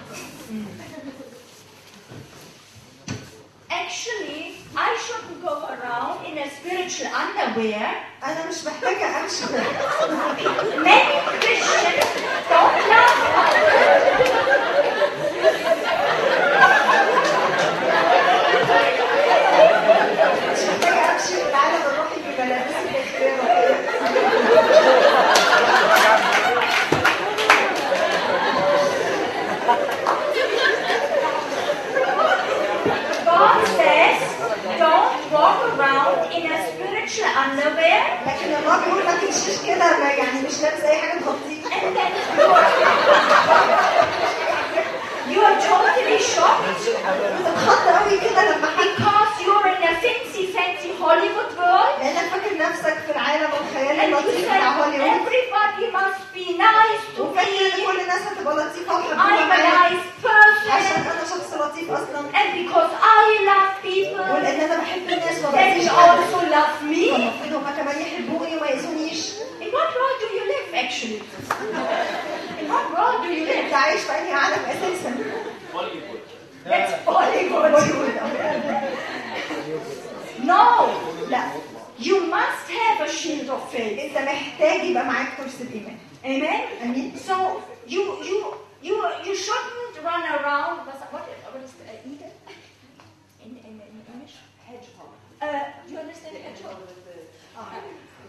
B: Actually, I shouldn't go around in a spiritual underwear.
A: انا مش محتاجه امشي
B: Many Christians don't laugh about
A: مش محتاجه امشي تعالى نروح بملابس الاختيار
B: it. God says, don't walk around in a spiritual underwear
A: لكن الله بيقول ما تمشيش كده ما يعني مش لابس اي حاجه تغطيك
B: and then you are, you are totally shocked
A: بتتخض قوي كده لما حد
B: because you're in a fancy, fancy Hollywood world.
A: لانك فاكر نفسك في العالم الخيالي
B: And you
A: اللطيف
B: say,
A: بتاع هوليوود
B: everybody must be nice to
A: وفاكر ان
B: me.
A: كل الناس هتبقى لطيفه وحبوبه
B: I'm a
A: معايا
B: nice
A: عشان
B: person.
A: انا شخص لطيف اصلا
B: And because I love people,
A: ولان انا بحب الناس وما
B: they
A: بأذيش
B: will
A: حد
B: also love me.
A: فالمفروض هما كمان يحبوني وما يأذونيش
B: In what world do you live, actually? In what world do you
A: انت
B: live?
A: عايش في انهي عالم اساسا؟
B: That's Bollywood. No,
A: لا
B: you must have a shield of faith.
A: انت محتاج يبقى معاك ترس الايمان
B: Amen.
A: امين
B: So you you you you shouldn't run around. What's, what, what is uh, eagle? In, in, in English, hedgehog. Uh, you understand hedgehog? Ah.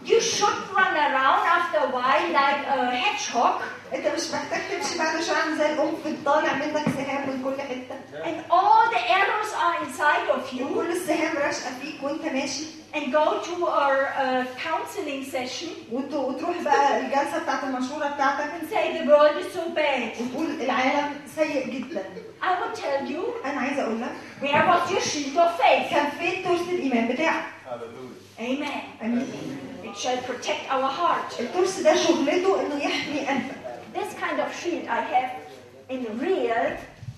B: You shouldn't run around after a while like a hedgehog.
A: انت مش محتاج تمشي بعد شويه عامل زي القنفذ طالع منك سهام من كل حته
B: and all the arrows are inside of you
A: وكل السهام راشقه فيك وانت ماشي
B: and go to our uh, counseling session
A: وت- وتروح بقى الجلسه بتاعت المشهوره بتاعتك
B: and say the world is so bad.
A: وتقول العالم سيء جدا
B: I will tell you
A: انا عايزه اقول لك
B: where was your shield of faith.
A: كان فين ترس الايمان بتاعك
C: Hallelujah.
B: Amen.
A: امين
B: It shall protect our heart.
A: الترس ده شغلته انه يحمي قلبك
B: This kind of shield I have in real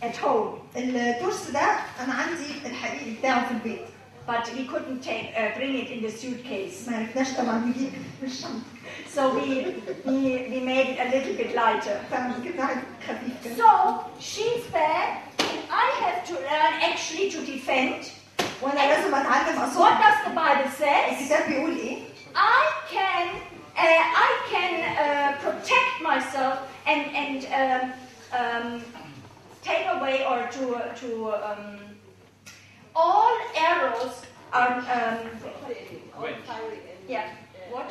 B: at home,
A: الترس ده انا عندي الحقيقي بتاعه في البيت
B: but we couldn't take uh, bring it in the suitcase.
A: ما عرفناش طبعا نجيب في الشنطه
B: So we, we we made it a little bit lighter.
A: فعمل كده حاجه خفيف كده
B: So she's there, and I have to learn actually to defend.
A: وانا لازم اتعلم
B: What
A: اصلا
B: does the Bible says?
A: الكتاب بيقول ايه
B: I can uh, I can uh, protect myself and and um, um, take away or to to um, all arrows are um, yeah what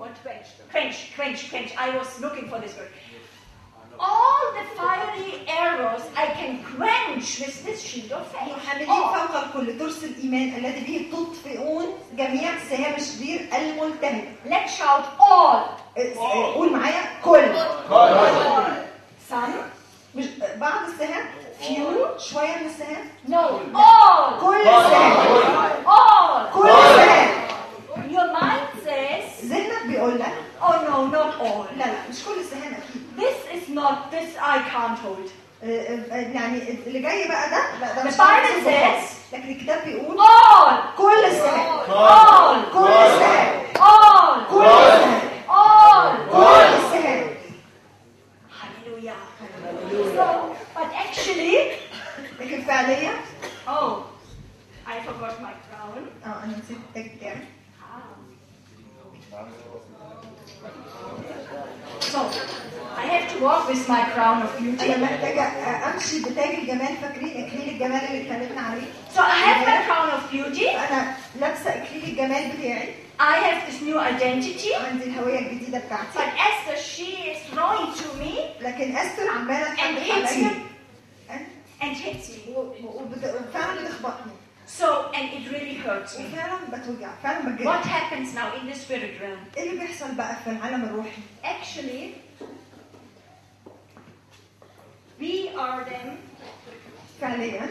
B: what quench quench quench quench I was looking for this word all the fiery arrows I can quench with this shield of faith.
A: محملين
B: All.
A: فوق كل ترس الإيمان الذي به تطفئون جميع سهام الشرير الملتهب
B: Let's shout all.
A: اه، قول معايا كل
B: Some?
A: مش بعض السهام فيو شوية من السهام
B: No. All.
A: كل سهام
B: All.
A: كل سهام
B: Your mind says,
A: ذهنك بيقول لك
B: oh no, not all.
A: لا لا مش كل السهام أكيد
B: This is not, this I can't hold.
A: اه، اه، يعني اللي جاي بقى ده لا ده
B: The
A: مش
B: Bible
A: خالص.
B: says-
A: لكن الكتاب بيقول
B: All.
A: كل السهام
B: All.
A: كل السهام
B: All.
A: كل السهام
B: All.
A: كل السهام
B: Hallelujah. So, but actually,
A: لكن فعليا
B: oh, I forgot my crown. Ah.
A: اه انا نسيت التاج بتاعي
B: So, I have to walk with my crown of beauty.
A: انا محتاجه امشي آه، بتاج الجمال فاكرين اكليل الجمال اللي اتكلمنا عليه
B: So, I have my crown of beauty.
A: انا لابسه اكليل الجمال بتاعي
B: I have this new identity.
A: عندي الهويه الجديده بتاعتي
B: But Esther, she is throwing to me
A: لكن استر عماله
B: and
A: تحدف
B: E hits
A: عليا
B: me. And hits me.
A: و- وبت- وفعلا بتخبطني
B: So, and it really hurts me.
A: وفعلا بتوجع فعلا بتجرح
B: What happens now in the spirit realm?
A: ايه اللي بيحصل بقى في العالم الروحي؟
B: Actually, we are then
A: فعليا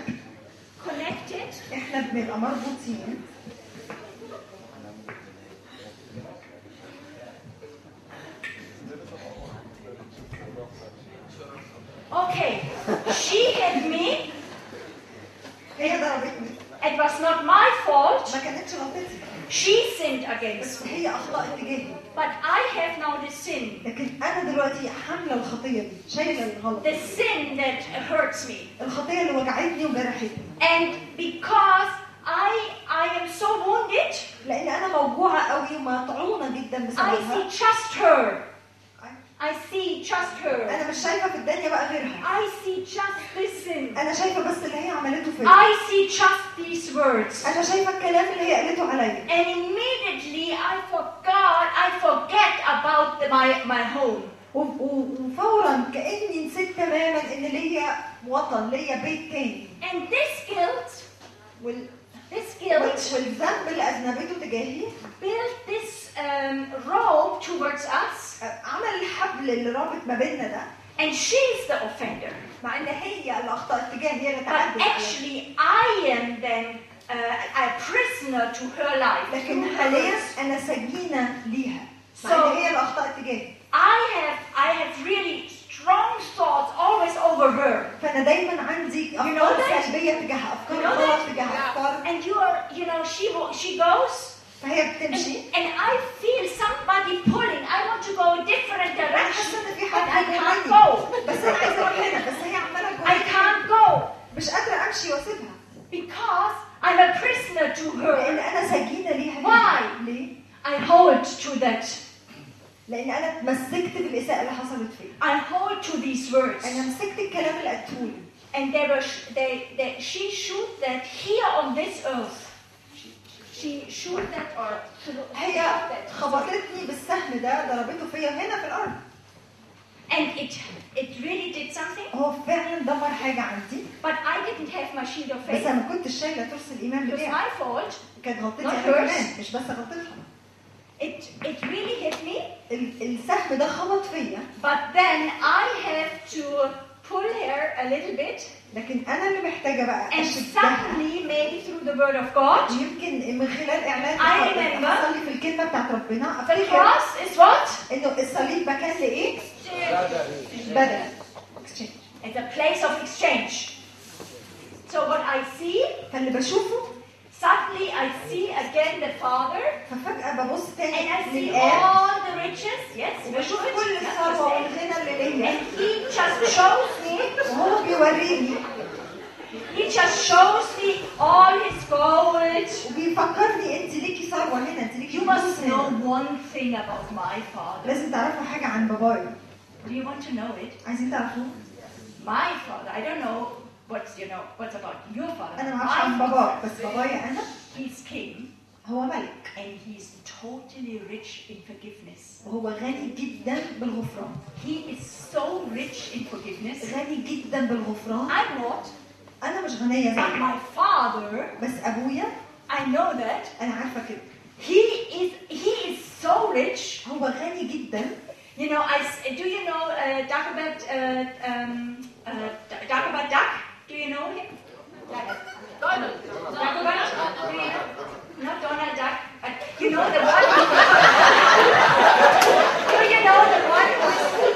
B: connected
A: احنا بنبقى مربوطين
B: Okay, she hit me.
A: هي ضربتني
B: It was not my fault.
A: ما كانتش غلطتي
B: She sinned against
A: بس
B: me.
A: هي اخطاء اتجاهي
B: But I have now the sin.
A: لكن انا دلوقتي حامله الخطيه دي شايله الغلط
B: The sin that hurts me.
A: الخطيه اللي وجعتني وجرحتني
B: And because I I am so wounded,
A: لان انا موجوعه قوي ومطعونه جدا بسببها
B: I see just her. I see just her.
A: انا مش شايفه في الدنيا بقى غيرها
B: I see just this sin.
A: انا شايفه بس اللي هي عملته فيا
B: I see just these words.
A: انا شايفه الكلام اللي هي قالته عليا
B: And immediately I forgot, I forget about the, my, my home.
A: و- و- وفورا كاني نسيت تماما ان ليا وطن ليا بيت تاني
B: And this guilt,
A: وال-
B: this
A: وال-
B: guilt
A: والذنب اللي اذنبته تجاهي
B: built this um, rope towards us,
A: عمل الحبل اللي رابط ما بيننا ده
B: and she's the offender.
A: مع ان هي اللي اخطات تجاهي هي اللي
B: But
A: تعدت عليا.
B: actually, I am then uh, a prisoner to her life. to
A: لكن
B: her
A: حاليا
B: words.
A: انا سجينه ليها مع ان
B: So-
A: هي اللي اخطات تجاهي
B: I have, I have really strong thoughts always over her.
A: فانا دايما عندي افكار
B: that?
A: سلبيه تجاهها افكار
B: You know that?
A: غلط تجاهها افكار
B: And you are, you know, she wo- she goes.
A: فهي
B: And,
A: بتمشي
B: and I feel somebody pulling. I want to go a different
A: حاسه
B: direction,
A: ان في
B: but
A: حد
B: I
A: بيجري
B: can't
A: عني.
B: go.
A: بس انا عايزه اروح هنا بس هي عماله
B: I
A: جوايا.
B: can't go
A: مش قادره امشي واسيبها
B: because I'm a prisoner to
A: لان
B: her.
A: انا سجينه ليها
B: Why?
A: ليه؟
B: I hold to that.
A: لان انا اتمسكت بالاساءه اللي حصلت فيا
B: I hold to these words.
A: انا مسكت الكلام اللي قالته لي
B: And they were, sh- they, they, she shoot that here on this earth. She shoot that or thro-
A: هي خبطتني بالسهم ده ضربته فيا هنا في الارض
B: and it it really did something.
A: هو فعلا دمر حاجه عندي
B: But I didn't have my shield of
A: بس
B: faith.
A: انا ما كنتش شايله ترس الايمان
B: It was
A: بتاعي
B: my fault.
A: كانت غلطتي
B: Not
A: انا
B: hers.
A: كمان مش بس غلطتها
B: It it really hit me.
A: ال- السهم ده خبط فيا
B: But then I have to pull her a little bit
A: لكن انا اللي محتاجه بقى
B: and
A: اشدها
B: suddenly, maybe through the word of God,
A: يمكن من خلال اعلان
B: I
A: الخبر اللي
B: remember.
A: حصل لي في الكلمه بتاعت ربنا
B: the
A: افتكر
B: cross is what?
A: انه الصليب مكان لايه؟ بدل Exchange.
B: It's a place of exchange. So what I see,
A: فاللي بشوفه
B: suddenly I see again the Father
A: ففجاه ببص
B: and I
A: تاني
B: see
A: للاب
B: all the riches. Yes, very
A: وبشوف كل
B: good.
A: الثروه والغنى اللي ليا
B: And he just shows me,
A: وهو بيوريني
B: he just shows me all his gold.
A: وبيفكرني انت ليكي ثروه هنا انت ليكي
B: You
A: فلوس
B: must know
A: هنا
B: one thing about my father.
A: لازم تعرفوا حاجه عن بابايا
B: Do you want to know it?
A: عايزين تعرفوا
B: my father. I don't know what's you know what's about your father.
A: انا ما
B: but
A: اعرفش عن
B: my
A: باباك بس بابايا انا
B: he's king.
A: هو ملك
B: and he's totally rich in forgiveness.
A: وهو غني جدا بالغفران
B: He is so rich in forgiveness.
A: غني جدا بالغفران
B: I'm not,
A: انا مش غنيه
B: but
A: زي
B: my father,
A: بس ابويا
B: I know that
A: انا عارفه كده
B: he is he is so rich.
A: هو غني جدا
B: You know, I s- do you know uh, Dagobert uh, um, uh, D- Dagobert Duck? Do you know him? Donald. Dagobert? Do you know? Not Donald Duck, but you know the one. do you know the one? who-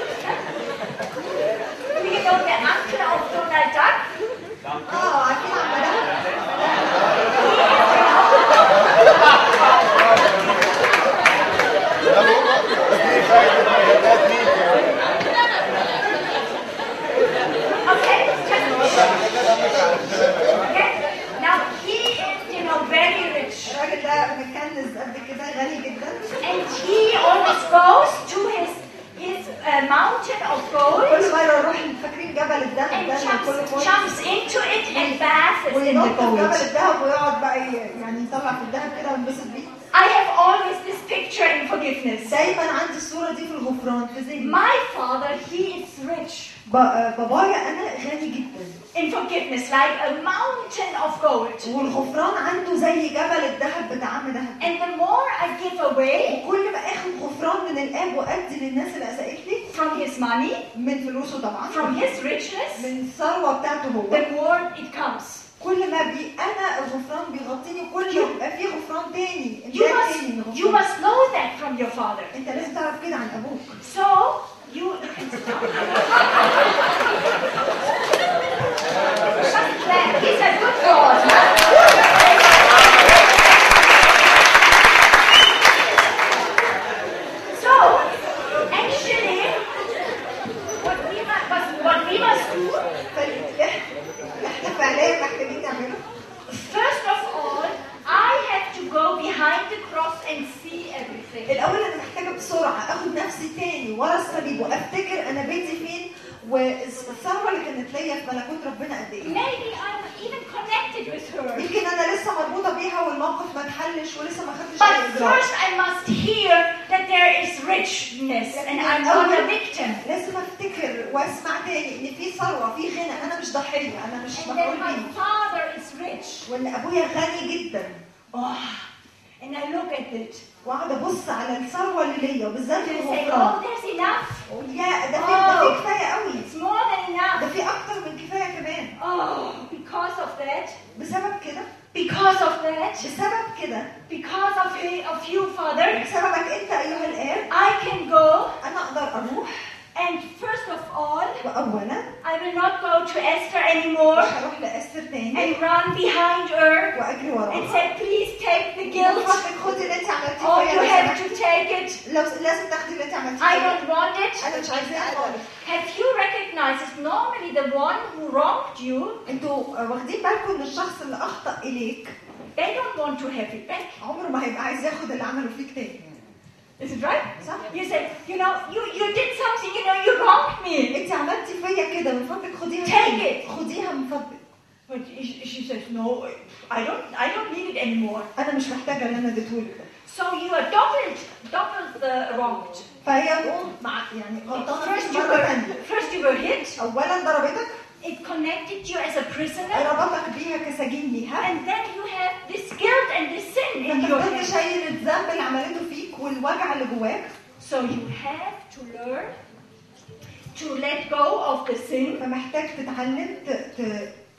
B: do you know the uncle of Donald Duck?
A: اه عارفين عم ده
B: Okay, just okay. Now he is, you know, very rich.
A: الراجل ده مكنز قد كده غني جدا
B: And he always goes to his his uh, mountain of
A: كل
B: gold
A: مره نروح فاكرين جبل الدهب
B: and
A: ده اللي كل
B: jumps,
A: مرة
B: jumps into it and basks in the
A: وينط في جبل
B: gold.
A: الدهب ويقعد بقى ي- يعني يطلع في الدهب كده وينبسط بيه
B: I have always this picture in forgiveness.
A: دايما عندي الصوره دي في الغفران في ذهني
B: My father, he is rich
A: ب- بابايا انا غني جدا
B: in forgiveness, like a mountain of gold.
A: والغفران عنده زي جبل الدهب بتاع عم دهب
B: And the more I give away
A: وكل ما اخد غفران من الاب وادي للناس اللي اسأت لي
B: from his money,
A: من فلوسه
B: from
A: طبعا
B: his richness,
A: من الثروه بتاعته هو
B: the more it comes.
A: كل ما بي انا الغفران بيغطيني كل ما بيبقى فيه غفران تاني
B: You
A: امتداد تاني
B: must,
A: من
B: you
A: الغفران.
B: must know that from your father.
A: انت لازم تعرف كده عن ابوك
B: So you. He's a good God. So actually, what we must what we must do
A: احنا فعليا محتاجين نعمله
B: first of all, I have to go behind the cross and see everything.
A: الاول انا محتاجه بسرعه اخد نفسي تاني ورا الصليب وافتكر انا بيتي فين والثروه اللي كانت ليا في ملكوت ربنا قد ايه
B: Maybe I'm even connected with her.
A: يمكن انا لسه مربوطه بيها والموقف ما اتحلش ولسه ما خدتش
B: But
A: اي اجراء
B: first, I must hear that there is richness and I'm not a victim.
A: لازم افتكر واسمع تاني ان في ثروه في غنى انا مش ضحيه انا مش
B: And that
A: مقبول
B: my
A: بيه
B: father is rich.
A: وان ابويا غني جدا
B: Oh, and I look at it
A: واقعد ابص على الثروه اللي ليا وبالذات
B: and say,
A: الغفران
B: oh, there's enough.
A: اقول يا ده في ده
B: Oh.
A: في كفايه قوي
B: It's more than
A: ده
B: enough.
A: في اكتر من كفايه كمان
B: Oh, because of that,
A: بسبب كده
B: because of that,
A: بسبب كده
B: because of, the- of you, father,
A: بسببك انت ايها الاب
B: I can go.
A: انا اقدر اروح
B: And first of all,
A: واولا
B: I will not go to Esther
A: مش
B: anymore
A: هروح لاستر تاني
B: and run behind her
A: واجري
B: and
A: وراها
B: say, please take the guilt.
A: حضرتك خدي اللي انت عملتيه
B: Oh,
A: فيا
B: you
A: لو
B: have
A: سمحت.
B: to take it.
A: لو لازم تاخدي اللي انت عملتيه
B: I
A: فيا.
B: don't want it.
A: انا مش عايزاه خالص
B: Have you recognized it's normally the one who wronged you?
A: انتوا واخدين بالكم ان الشخص اللي اخطا اليك
B: They don't want to have it back.
A: عمره ما هيبقى عايز ياخد اللي عمله فيك تاني
B: Is it right?
A: صح؟
B: You said, you know, you, you did something, you know, you wronged me.
A: انت عملتي فيا كده من فضلك خديها
B: Take
A: تاني. خديها من فضلك
B: But she, she says, no, I don't, I don't need it anymore.
A: انا مش محتاجه اللي انا اديتهولك ده
B: So you are doubled, doubled the wronged.
A: فهي تقوم مع يعني غلطانه
B: First
A: فيك
B: you
A: مره
B: were,
A: تانيه
B: first you were hit.
A: اولا ضربتك
B: It connected you as a prisoner,
A: ربطك بيها كسجين ليها
B: and then you have this guilt and this sin in
A: انت
B: your
A: فضلت
B: head.
A: شايل الذنب اللي عملته فيك والوجع اللي جواك
B: So you have to learn to let go of the sin
A: فمحتاج تتعلم ت-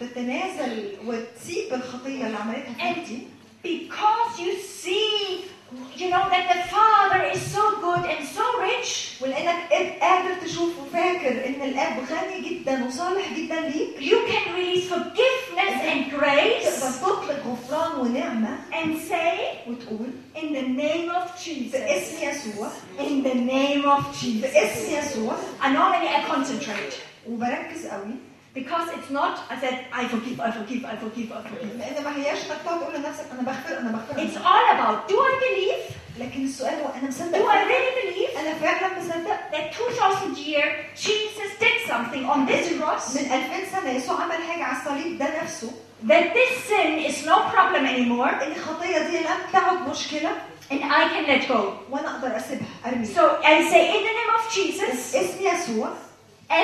A: ت- تتنازل وتسيب الخطيه اللي عملتها فيك دي
B: Because you see, you know, that the Father is so good and so rich,
A: ولانك اب- قادر تشوف وفاكر ان الاب غني جدا وصالح جدا ليك
B: you can release forgiveness and
A: تقدر
B: grace
A: تطلق غفران ونعمه
B: and say,
A: وتقول
B: in the name of Jesus.
A: باسم يسوع
B: In the name of
A: باسم
B: Jesus.
A: يسوع
B: I normally I concentrate
A: وبركز قوي
B: because it's not, I said, I forgive, I forgive, I forgive, I forgive.
A: لان ما هياش انك تقعد تقول لنفسك انا بغفر انا بغفر
B: It's
A: أنا
B: all about do I believe?
A: بغفر. لكن السؤال هو انا مصدق
B: Do I really believe
A: انا فعلا مصدق
B: that 2000 year Jesus did something on this cross?
A: من 2000 سنه يسوع عمل حاجه على الصليب ده نفسه
B: that this sin is no problem anymore
A: ان الخطيه دي لم تعد مشكله
B: and I can let go.
A: وانا اقدر اسيبها ارميها
B: So I say, in the name of Jesus,
A: اسم يسوع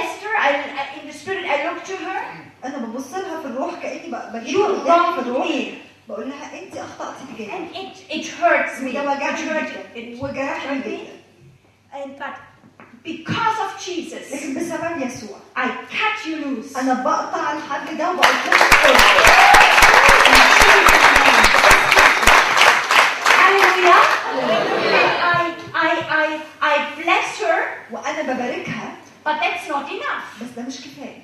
B: Esther, I, I- in the spirit, I look to her.
A: انا ببص لها في الروح كاني ب-
B: You
A: بجيب قدامها في
B: wronged
A: الروح
B: me,
A: بقول لها انت اخطات تجاهي
B: and it it hurts me. It
A: وده وجعني
B: hurt, it
A: جدا وجرحني
B: hurt me.
A: جدا
B: And but because of Jesus,
A: لكن بسبب يسوع
B: I cut you loose.
A: انا بقطع الحد ده وبقول لها
B: Hallelujah! And I I I I bless her,
A: وانا بباركها
B: but that's not enough.
A: بس ده مش كفايه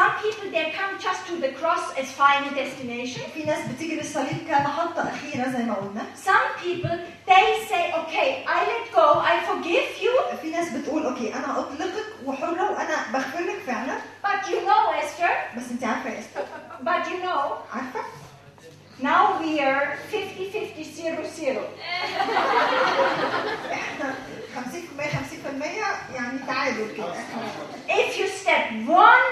B: Some people they come just to the cross as final destination.
A: في ناس بتيجي للصليب كمحطه اخيره زي ما قلنا
B: Some people they say, okay, I let go, I forgive you,
A: في ناس بتقول اوكي انا اطلقك وحره وانا بغفر لك فعلا
B: but you know, Esther,
A: بس انت عارفه يا استاذ
B: but you know,
A: عارفه
B: now we are 50 50 0 0.
A: احنا 50% 50% يعني تعادل كده
B: If you step one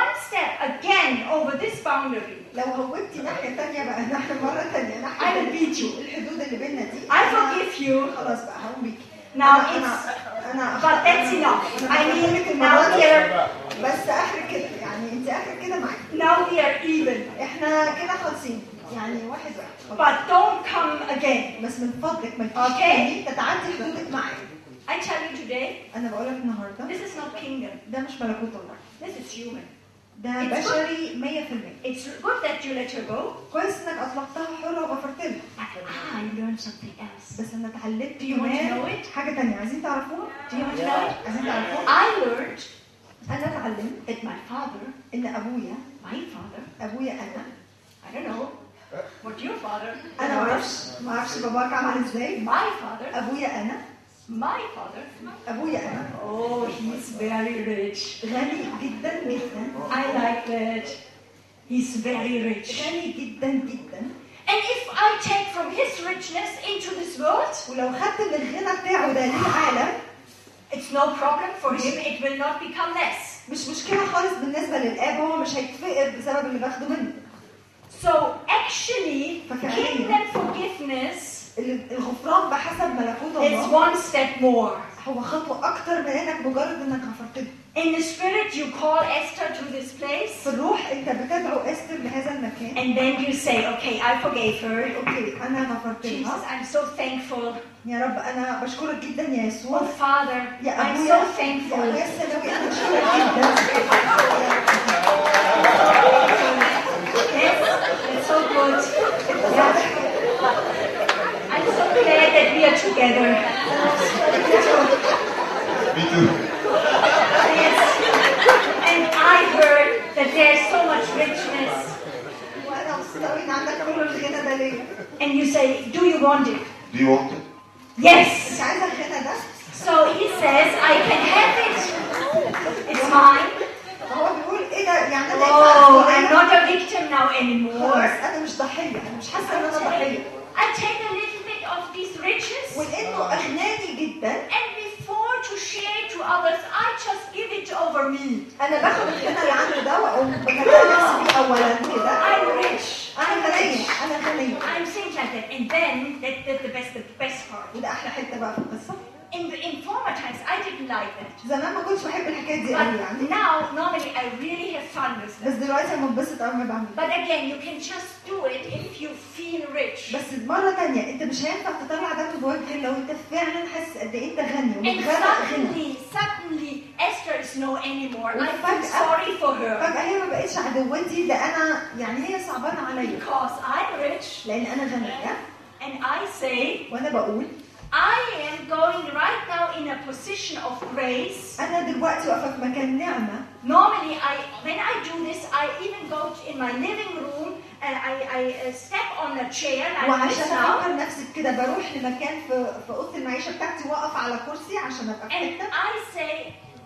B: one step again over this boundary,
A: لو هوبتي ناحيه تانية بقى ناحيه مره تانية ناحيه
B: I will beat you.
A: الحدود اللي بينا دي
B: I forgive you.
A: خلاص بقى هقوم بيكي
B: Now
A: أنا-
B: it's-
A: انا انا
B: But that's enough.
A: أنا
B: I
A: بقول لك
B: mean,
A: المرة
B: now
A: دي
B: we are
A: بس اخر كده يعني انت اخر كده معايا
B: now we are even.
A: احنا كده خالصين يعني واحد واحد
B: But don't come again.
A: بس من فضلك ما تجيش
B: أوكي.
A: تاني تتعدي حدودك معايا
B: I tell you today,
A: انا بقول لك النهارده
B: this is not kingdom.
A: ده مش ملكوت الله
B: This is human.
A: ده
B: It's
A: بشري
B: It's good that you let her go.
A: 100% كويس انك اطلقتها حره وغفرت لها
B: But ah, I learned something else.
A: بس انا اتعلمت
B: Do you want to know
A: كمان
B: it?
A: حاجه تانية عايزين تعرفوها؟
B: Do you want to know it?
A: عايزين تعرفوها؟
B: I learned
A: انا اتعلمت
B: that my father,
A: ان ابويا
B: my father,
A: ابويا انا
B: I don't know what your father,
A: انا ما اعرفش ما اعرفش باباك عمل ازاي
B: my father,
A: ابويا انا
B: my father.
A: ابويا انا
B: Oh, he's very rich.
A: غني جدا جدا
B: I like that. He's very rich.
A: غني جدا جدا
B: And if I take from his richness into this world,
A: ولو خدت من الغنى بتاعه ده للعالم
B: it's no problem for him. It will not become less.
A: مش مشكله خالص بالنسبه للاب هو مش هيتفقر بسبب اللي باخده منه
B: So actually,
A: Okay.
B: kingdom forgiveness
A: ال- الغفران بحسب ملكوت
B: is
A: الله
B: one step more.
A: هو خطوه اكتر من انك مجرد انك غفرت له
B: In the spirit, you call Esther to this place,
A: في الروح انت بتدعو استر لهذا المكان
B: and then you say, "Okay, I forgave her.
A: اوكي انا غفرت
B: Jesus,
A: لها
B: I'm so thankful.
A: يا رب انا بشكرك جدا يا
B: Oh
A: يسوع
B: Father,
A: يا
B: I'm
A: ابويا
B: so
A: يا
B: thankful.
A: ابويا السماوي انا بشكرك جدا
B: Yes, that's so good. I'm so glad that we are together.
C: Me too.
B: Yes. And I heard that there's so much richness.
A: وانا مستوي ان عندك كل الغنى ده ليا
B: And you say, Do you want it?
C: Do you want it?
A: مش
B: Yes.
A: عايزه الغنى ده
B: So he says, I can have it. It's mine.
A: هو بيقول ايه ده يعني انا
B: Oh,
A: إيه بقى؟
B: I'm not a victim now
A: خلاص
B: anymore.
A: انا مش ضحيه انا مش حاسه ان انا ضحيه
B: I take a little bit of these riches.
A: ولانه اغناني جدا
B: And before to share it to others, I just give it over me.
A: انا باخد الغنى اللي عنده ده واقوم
B: Oh.
A: بخليها نفسي بيه اولا كده
B: I'm rich.
A: انا غنيه انا غنيه
B: I'm things like that. And then that, that the best the best part.
A: وده احلى حته بقى في القصه
B: In the in former times I didn't like that.
A: زمان ما كنتش بحب الحكايات دي قوي
B: But
A: يعني
B: now normally I really have fun with
A: بس
B: them.
A: دلوقتي انا منبسط قوي ما بعمل
B: But again, you can just do it if you feel rich.
A: بس مرة تانية انت مش هينفع تطلع ده من جواك غير لو انت فعلا حاسس قد ايه انت غني
B: And
A: ومتغرق غنى
B: suddenly, suddenly Esther is no anymore. I feel
A: وفجأة-
B: sorry for her.
A: فجأة هي ما بقتش عدوتي ده انا يعني هي صعبانة عليا
B: Because I'm rich
A: لان انا غنية
B: and I say,
A: وانا بقول
B: I am going right now in a position of grace
A: انا دلوقتي واقفة في مكان نعمة
B: Normally, I when I do this, I even go in my living room and I, I uh, step on a chair like
A: وعشان
B: this now,
A: افكر نفسي بكده بروح لمكان في في اوضة المعيشة بتاعتي واقف على كرسي عشان ابقى في
B: and
A: حتة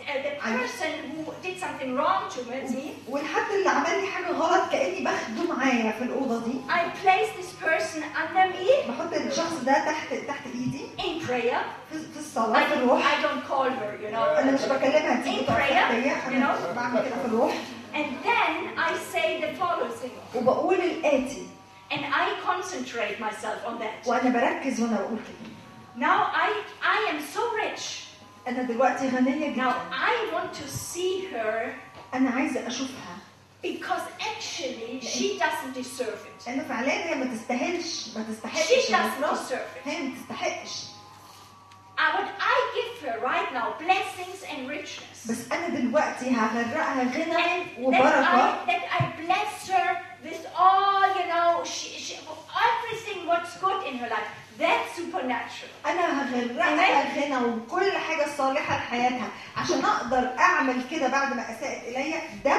B: I say uh, the person who did something wrong to me,
A: والحد اللي عمل لي حاجة غلط كأني باخده معايا في الأوضة دي
B: I place this person under me
A: بحط الشخص ده تحت تحت ايدي
B: in prayer.
A: في في
B: I
A: الصلاة في
B: don't,
A: الروح
B: I don't call her, you know.
A: انا مش بكلمها
B: In
A: دي
B: prayer,
A: تحتية
B: you know.
A: انا بعمل كده في الروح
B: And then I say the following.
A: وبقول الآتي
B: And I concentrate myself on that.
A: وأنا بركز وأنا بقول كده
B: Now I, I am so rich.
A: أنا دلوقتي غنية
B: Now
A: جدا
B: I want to see her
A: أنا عايزة أشوفها
B: because actually she doesn't deserve it.
A: لأنه فعليا هي ما تستاهلش ما
B: She
A: تستحقش
B: doesn't
A: الانتصار.
B: deserve it.
A: هي ما تستحقش
B: I, Uh, what I give her right now, blessings and richness.
A: بس أنا دلوقتي هغرقها
B: And
A: غنى
B: that
A: وبركة
B: I, that I bless her with all, you know, she, she, everything what's good in her life. That's supernatural.
A: أنا هغرقها غنى وكل حاجة صالحة لحياتها عشان أقدر أعمل كده بعد ما أساءت إليا ده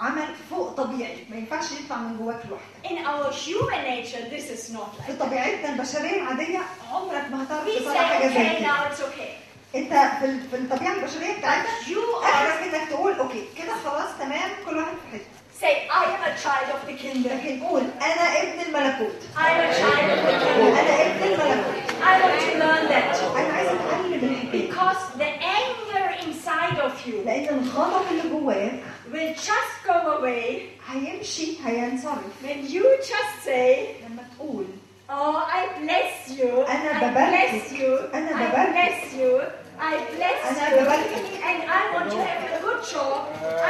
A: عمل فوق طبيعي ما ينفعش يطلع من جواك لوحدك
B: In our human nature, this is not
A: في
B: like that.
A: طبيعتنا البشرية العادية عمرك ما هتعرف
B: We
A: تصلح حاجة
B: say,
A: زي
B: okay,
A: كده
B: now it's okay.
A: انت في ال- في الطبيعه البشريه
B: But
A: بتاعتك
B: you are
A: اخرك انك تقول اوكي كده خلاص تمام كل واحد في حته
B: Say, I am a child of the kingdom.
A: لكن قول انا ابن الملكوت
B: I am a child of the kingdom.
A: انا ابن الملكوت
B: I want to learn that.
A: انا عايز اتعلم الحكايه
B: Because the anger inside of you
A: لان الغضب اللي جواك
B: will just go away
A: هيمشي هينصرف
B: when you just say,
A: لما تقول
B: Oh, I bless you.
A: أنا
B: I
A: بباركك.
B: bless you.
A: أنا
B: I
A: بباركك.
B: bless you. I bless
A: أنا
B: you.
A: بباركك.
B: And I want to have a good job.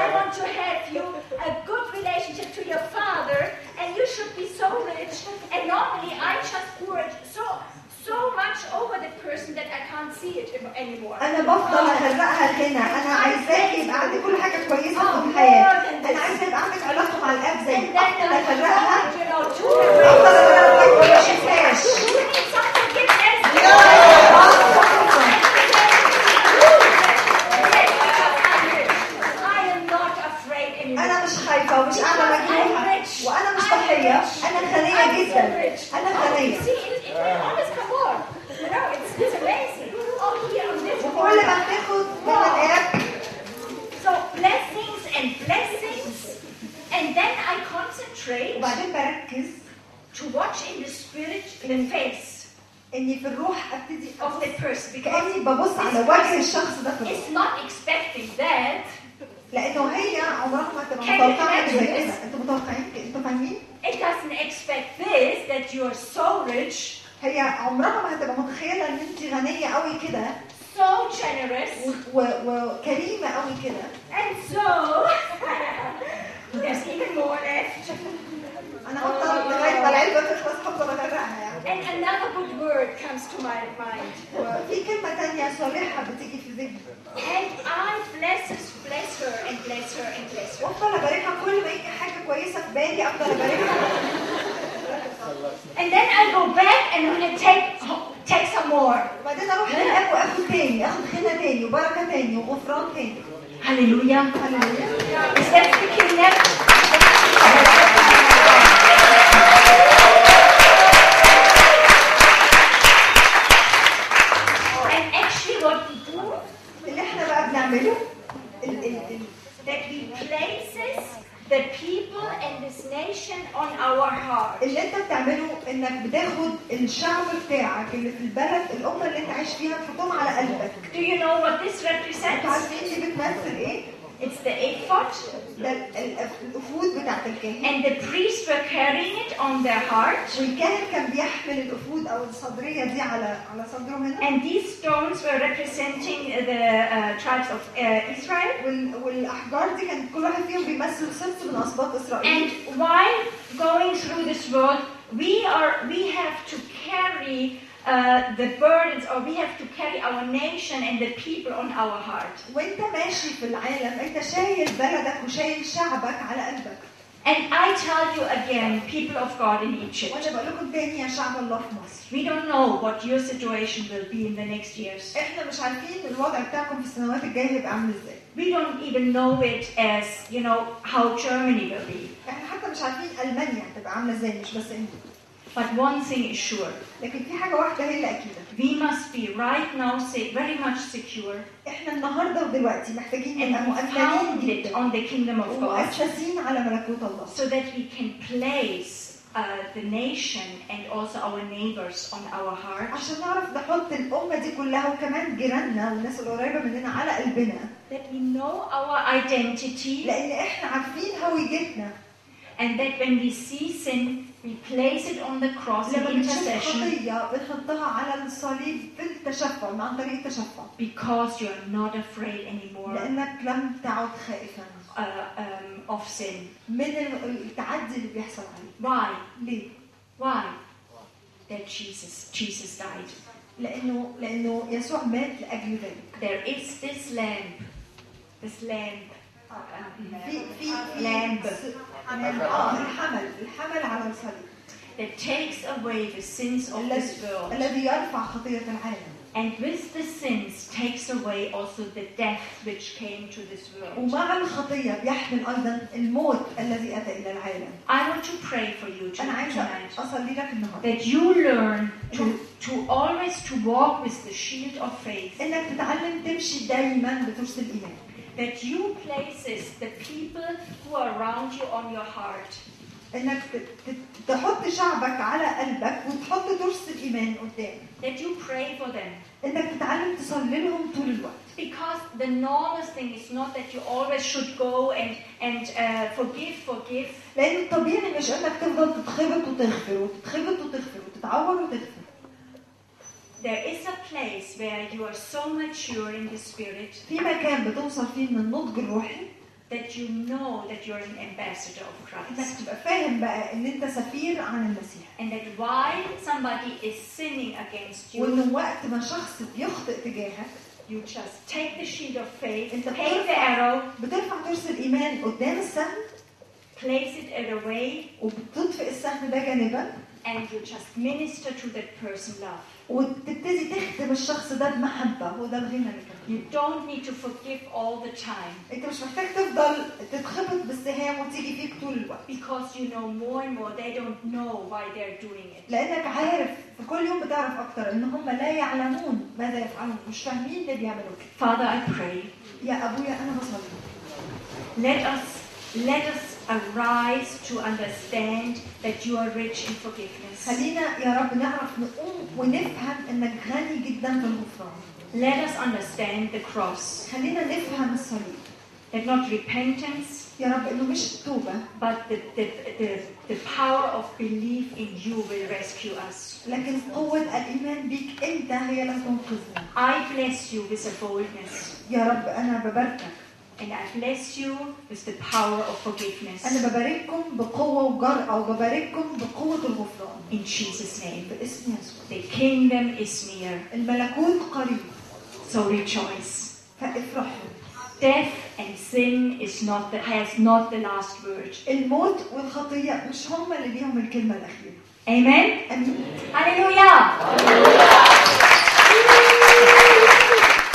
B: I want to have you a good relationship to your father. And you should be so rich. And normally I just work so so much over the person that I can't see it im- anymore. Uh,
A: انا بفضل اهرقها هنا انا عايزاك يبقى عندي كل حاجه كويسه في الحياه انا عايزه يبقى عندك علاقه مع الاب زي
B: And then
A: افضل
B: I
A: اهرقها
B: you know, two
A: افضل
B: ways.
A: اهرقها وما اشوفهاش
B: You need some forgiveness. I am not afraid anymore.
A: انا مش خايفه ومش قاعده مجروحه وانا مش ضحيه انا غنيه جدا انا غنيه
B: See, it, it will always come on. You know, it's, it's amazing. Oh, here on this
A: وكل
B: corner.
A: ما بتاخد بنات
B: So blessings and blessings, and then I concentrate
A: وبعدين بركز
B: to watch in the spirit the face
A: اني في الروح ابتدي
B: of the person because
A: كاني ببص على وجه الشخص ده في الروح
B: it's not expecting that.
A: لانه هي عمرها ما تبقى
B: Can you
A: متوقعه حاجه زي
B: imagine
A: كده انتوا متوقعين كده؟ انتوا فاهمين
B: It doesn't expect this that you are so rich,
A: هي عمرها ما هتبقى متخيله ان انت غنيه قوي كده
B: so generous.
A: و- و- وكريمه قوي كده
B: And so, there's even more left.
A: انا هفضل لغايه ما العلبه تخلص هفضل اغرقها يعني
B: And another good word comes to my mind.
A: وفي كلمه تانية صالحه بتيجي في ذهني
B: And I bless, bless her and bless her and bless her.
A: وافضل اباركها كل ما يجي حاجه كويسه في بالي افضل اباركها
B: And then I go back and I take, take some more.
A: وبعدين اروح للاب واخد تاني اخد خيمه تاني وبركه تاني وغفران تاني
B: Hallelujah.
A: هللويا
B: Is that the kingdom? And actually what we do,
A: اللي احنا بقى بنعمله ال- ال- ال-
B: that we places the people and this nation on our heart.
A: اللي انت بتعمله انك بتاخد الشعب بتاعك اللي في البلد الامه اللي انت عايش فيها تحطهم على قلبك
B: Do you know what this
A: انتوا
B: represents?
A: عارفين دي بتمثل ايه؟
B: It's the ephod,
A: ده ال- ال- الافود بتاعت الكاهن
B: and the priests were carrying it on their heart.
A: والكاهن كان بيحمل الافود او الصدريه دي على على صدره هنا
B: And these stones were representing the uh, tribes of uh, Israel.
A: وال- والاحجار دي كانت كل واحد فيهم بيمثل سبط من اسباط اسرائيل
B: And while going through this world, we are we have to carry uh, the burdens, or we have to carry our nation and the people on our heart.
A: وانت ماشي في العالم انت شايل بلدك وشايل شعبك على قلبك
B: And I tell you again, people of God in Egypt,
A: وانا بقول لكم تاني يا شعب الله في مصر
B: we don't know what your situation will be in the next years.
A: احنا مش عارفين الوضع بتاعكم في السنوات الجايه هيبقى عامل ازاي
B: We don't even know it as you know how Germany will be.
A: احنا حتى مش عارفين المانيا هتبقى عامله ازاي مش بس انجلترا
B: But one thing is sure:
A: لكن في حاجه واحده هي اللي اكيده
B: we مust be right now se- very much secure
A: احنا النهارده ودلوقتي محتاجين نبقى
B: and
A: مؤمنين
B: founded
A: جدا
B: on the kingdom of God.
A: ومؤسسين على ملكوت الله
B: so that we can place uh, the nation and also our neighbors on our heart,
A: عشان نعرف نحط الامه دي كلها وكمان جيراننا والناس القريبه مننا على قلبنا
B: that we know our identity,
A: لان احنا عارفين هويتنا
B: and that when we see sin, we place it on the cross
A: لما
B: in
A: بنشوف
B: intercession
A: خطيه بنحطها على الصليب في التشفع عن طريق التشفع
B: because you're not afraid anymore
A: لانك لم تعد خائفا
B: uh, um, of sin.
A: من ال- التعدي اللي بيحصل عليك
B: Why?
A: ليه؟
B: Why? That Jesus, Jesus died.
A: لانه لانه يسوع مات لاجل ذلك
B: There is this lamp, this lamp. uh, um,
A: في في
B: Lamb.
A: في اه الحمل الحمل على الصليب
B: that takes away the sins of this
A: الذي
B: world
A: الذي يرفع خطيه العالم
B: and with the sins takes away also the death which came to this world.
A: ومع الخطيه بيحمل ايضا الموت الذي اتى الى العالم
B: I want to pray for you
A: انا
B: tonight,
A: عايزه
B: tonight
A: اصلي لك النهارده
B: that you learn to, to always to walk with the shield of faith,
A: انك تتعلم تمشي دايما بترس الايمان
B: that you places the people who are around you on your heart,
A: انك ت- ت- تحط شعبك على قلبك وتحط ترس الايمان قدامك
B: that you pray for them.
A: انك تتعلم تصلي لهم طول الوقت
B: Because the normal thing is not that you always should go and, and uh, forgive, forgive,
A: لان الطبيعي مش انك تفضل تتخبط وتغفر وتتخبط وتغفر وتتعور وتغفر
B: There is a place where you are so mature in the spirit
A: في مكان بتوصل فيه من النضج الروحي
B: that you know that you're an ambassador of
A: انك
B: Christ.
A: تبقى فاهم بقى ان انت سفير عن المسيح
B: And that while somebody is sinning against you,
A: وان وقت ما شخص بيخطئ تجاهك
B: you just take the shield of faith,
A: It's a
B: take the
A: perfect-
B: arrow,
A: بترفع ترس الايمان قدام السهم
B: place it at a way,
A: وبتطفئ السهم ده جانبا
B: and you just minister to that person love.
A: وتبتدي تخدم الشخص ده بمحبه وده الغنى اللي كان
B: You don't need to forgive all the time
A: انت مش محتاج تفضل تتخبط بالسهام وتيجي فيك طول الوقت
B: because you know more and more they don't know why they're doing it.
A: لانك عارف في كل يوم بتعرف اكتر ان هم لا يعلمون ماذا يفعلون مش فاهمين ليه بيعملوا كده
B: Father, I pray.
A: يا ابويا انا بصلي
B: Let us let us arise to understand that you are rich in forgiveness.
A: خلينا يا رب نعرف نقوم ونفهم انك غني جدا بالغفران
B: Let us understand the cross.
A: خلينا نفهم الصليب
B: That not repentance,
A: يا رب انه مش التوبه
B: but the, the, the, the power of belief in you will rescue us.
A: لكن قوه الايمان بيك انت هي اللي تنقذنا
B: I bless you with a boldness,
A: يا رب انا بباركك
B: and I bless you with the power of forgiveness.
A: انا ببارككم بقوه وجرأه وببارككم بقوه الغفران
B: In Jesus' name.
A: باسم يسوع
B: The kingdom is near,
A: الملكوت قريب
B: so rejoice.
A: فافرحوا
B: Death and sin is not the, has not the last word.
A: الموت والخطيه مش هم اللي ليهم الكلمه الاخيره
B: Amen.
A: امين
B: Hallelujah.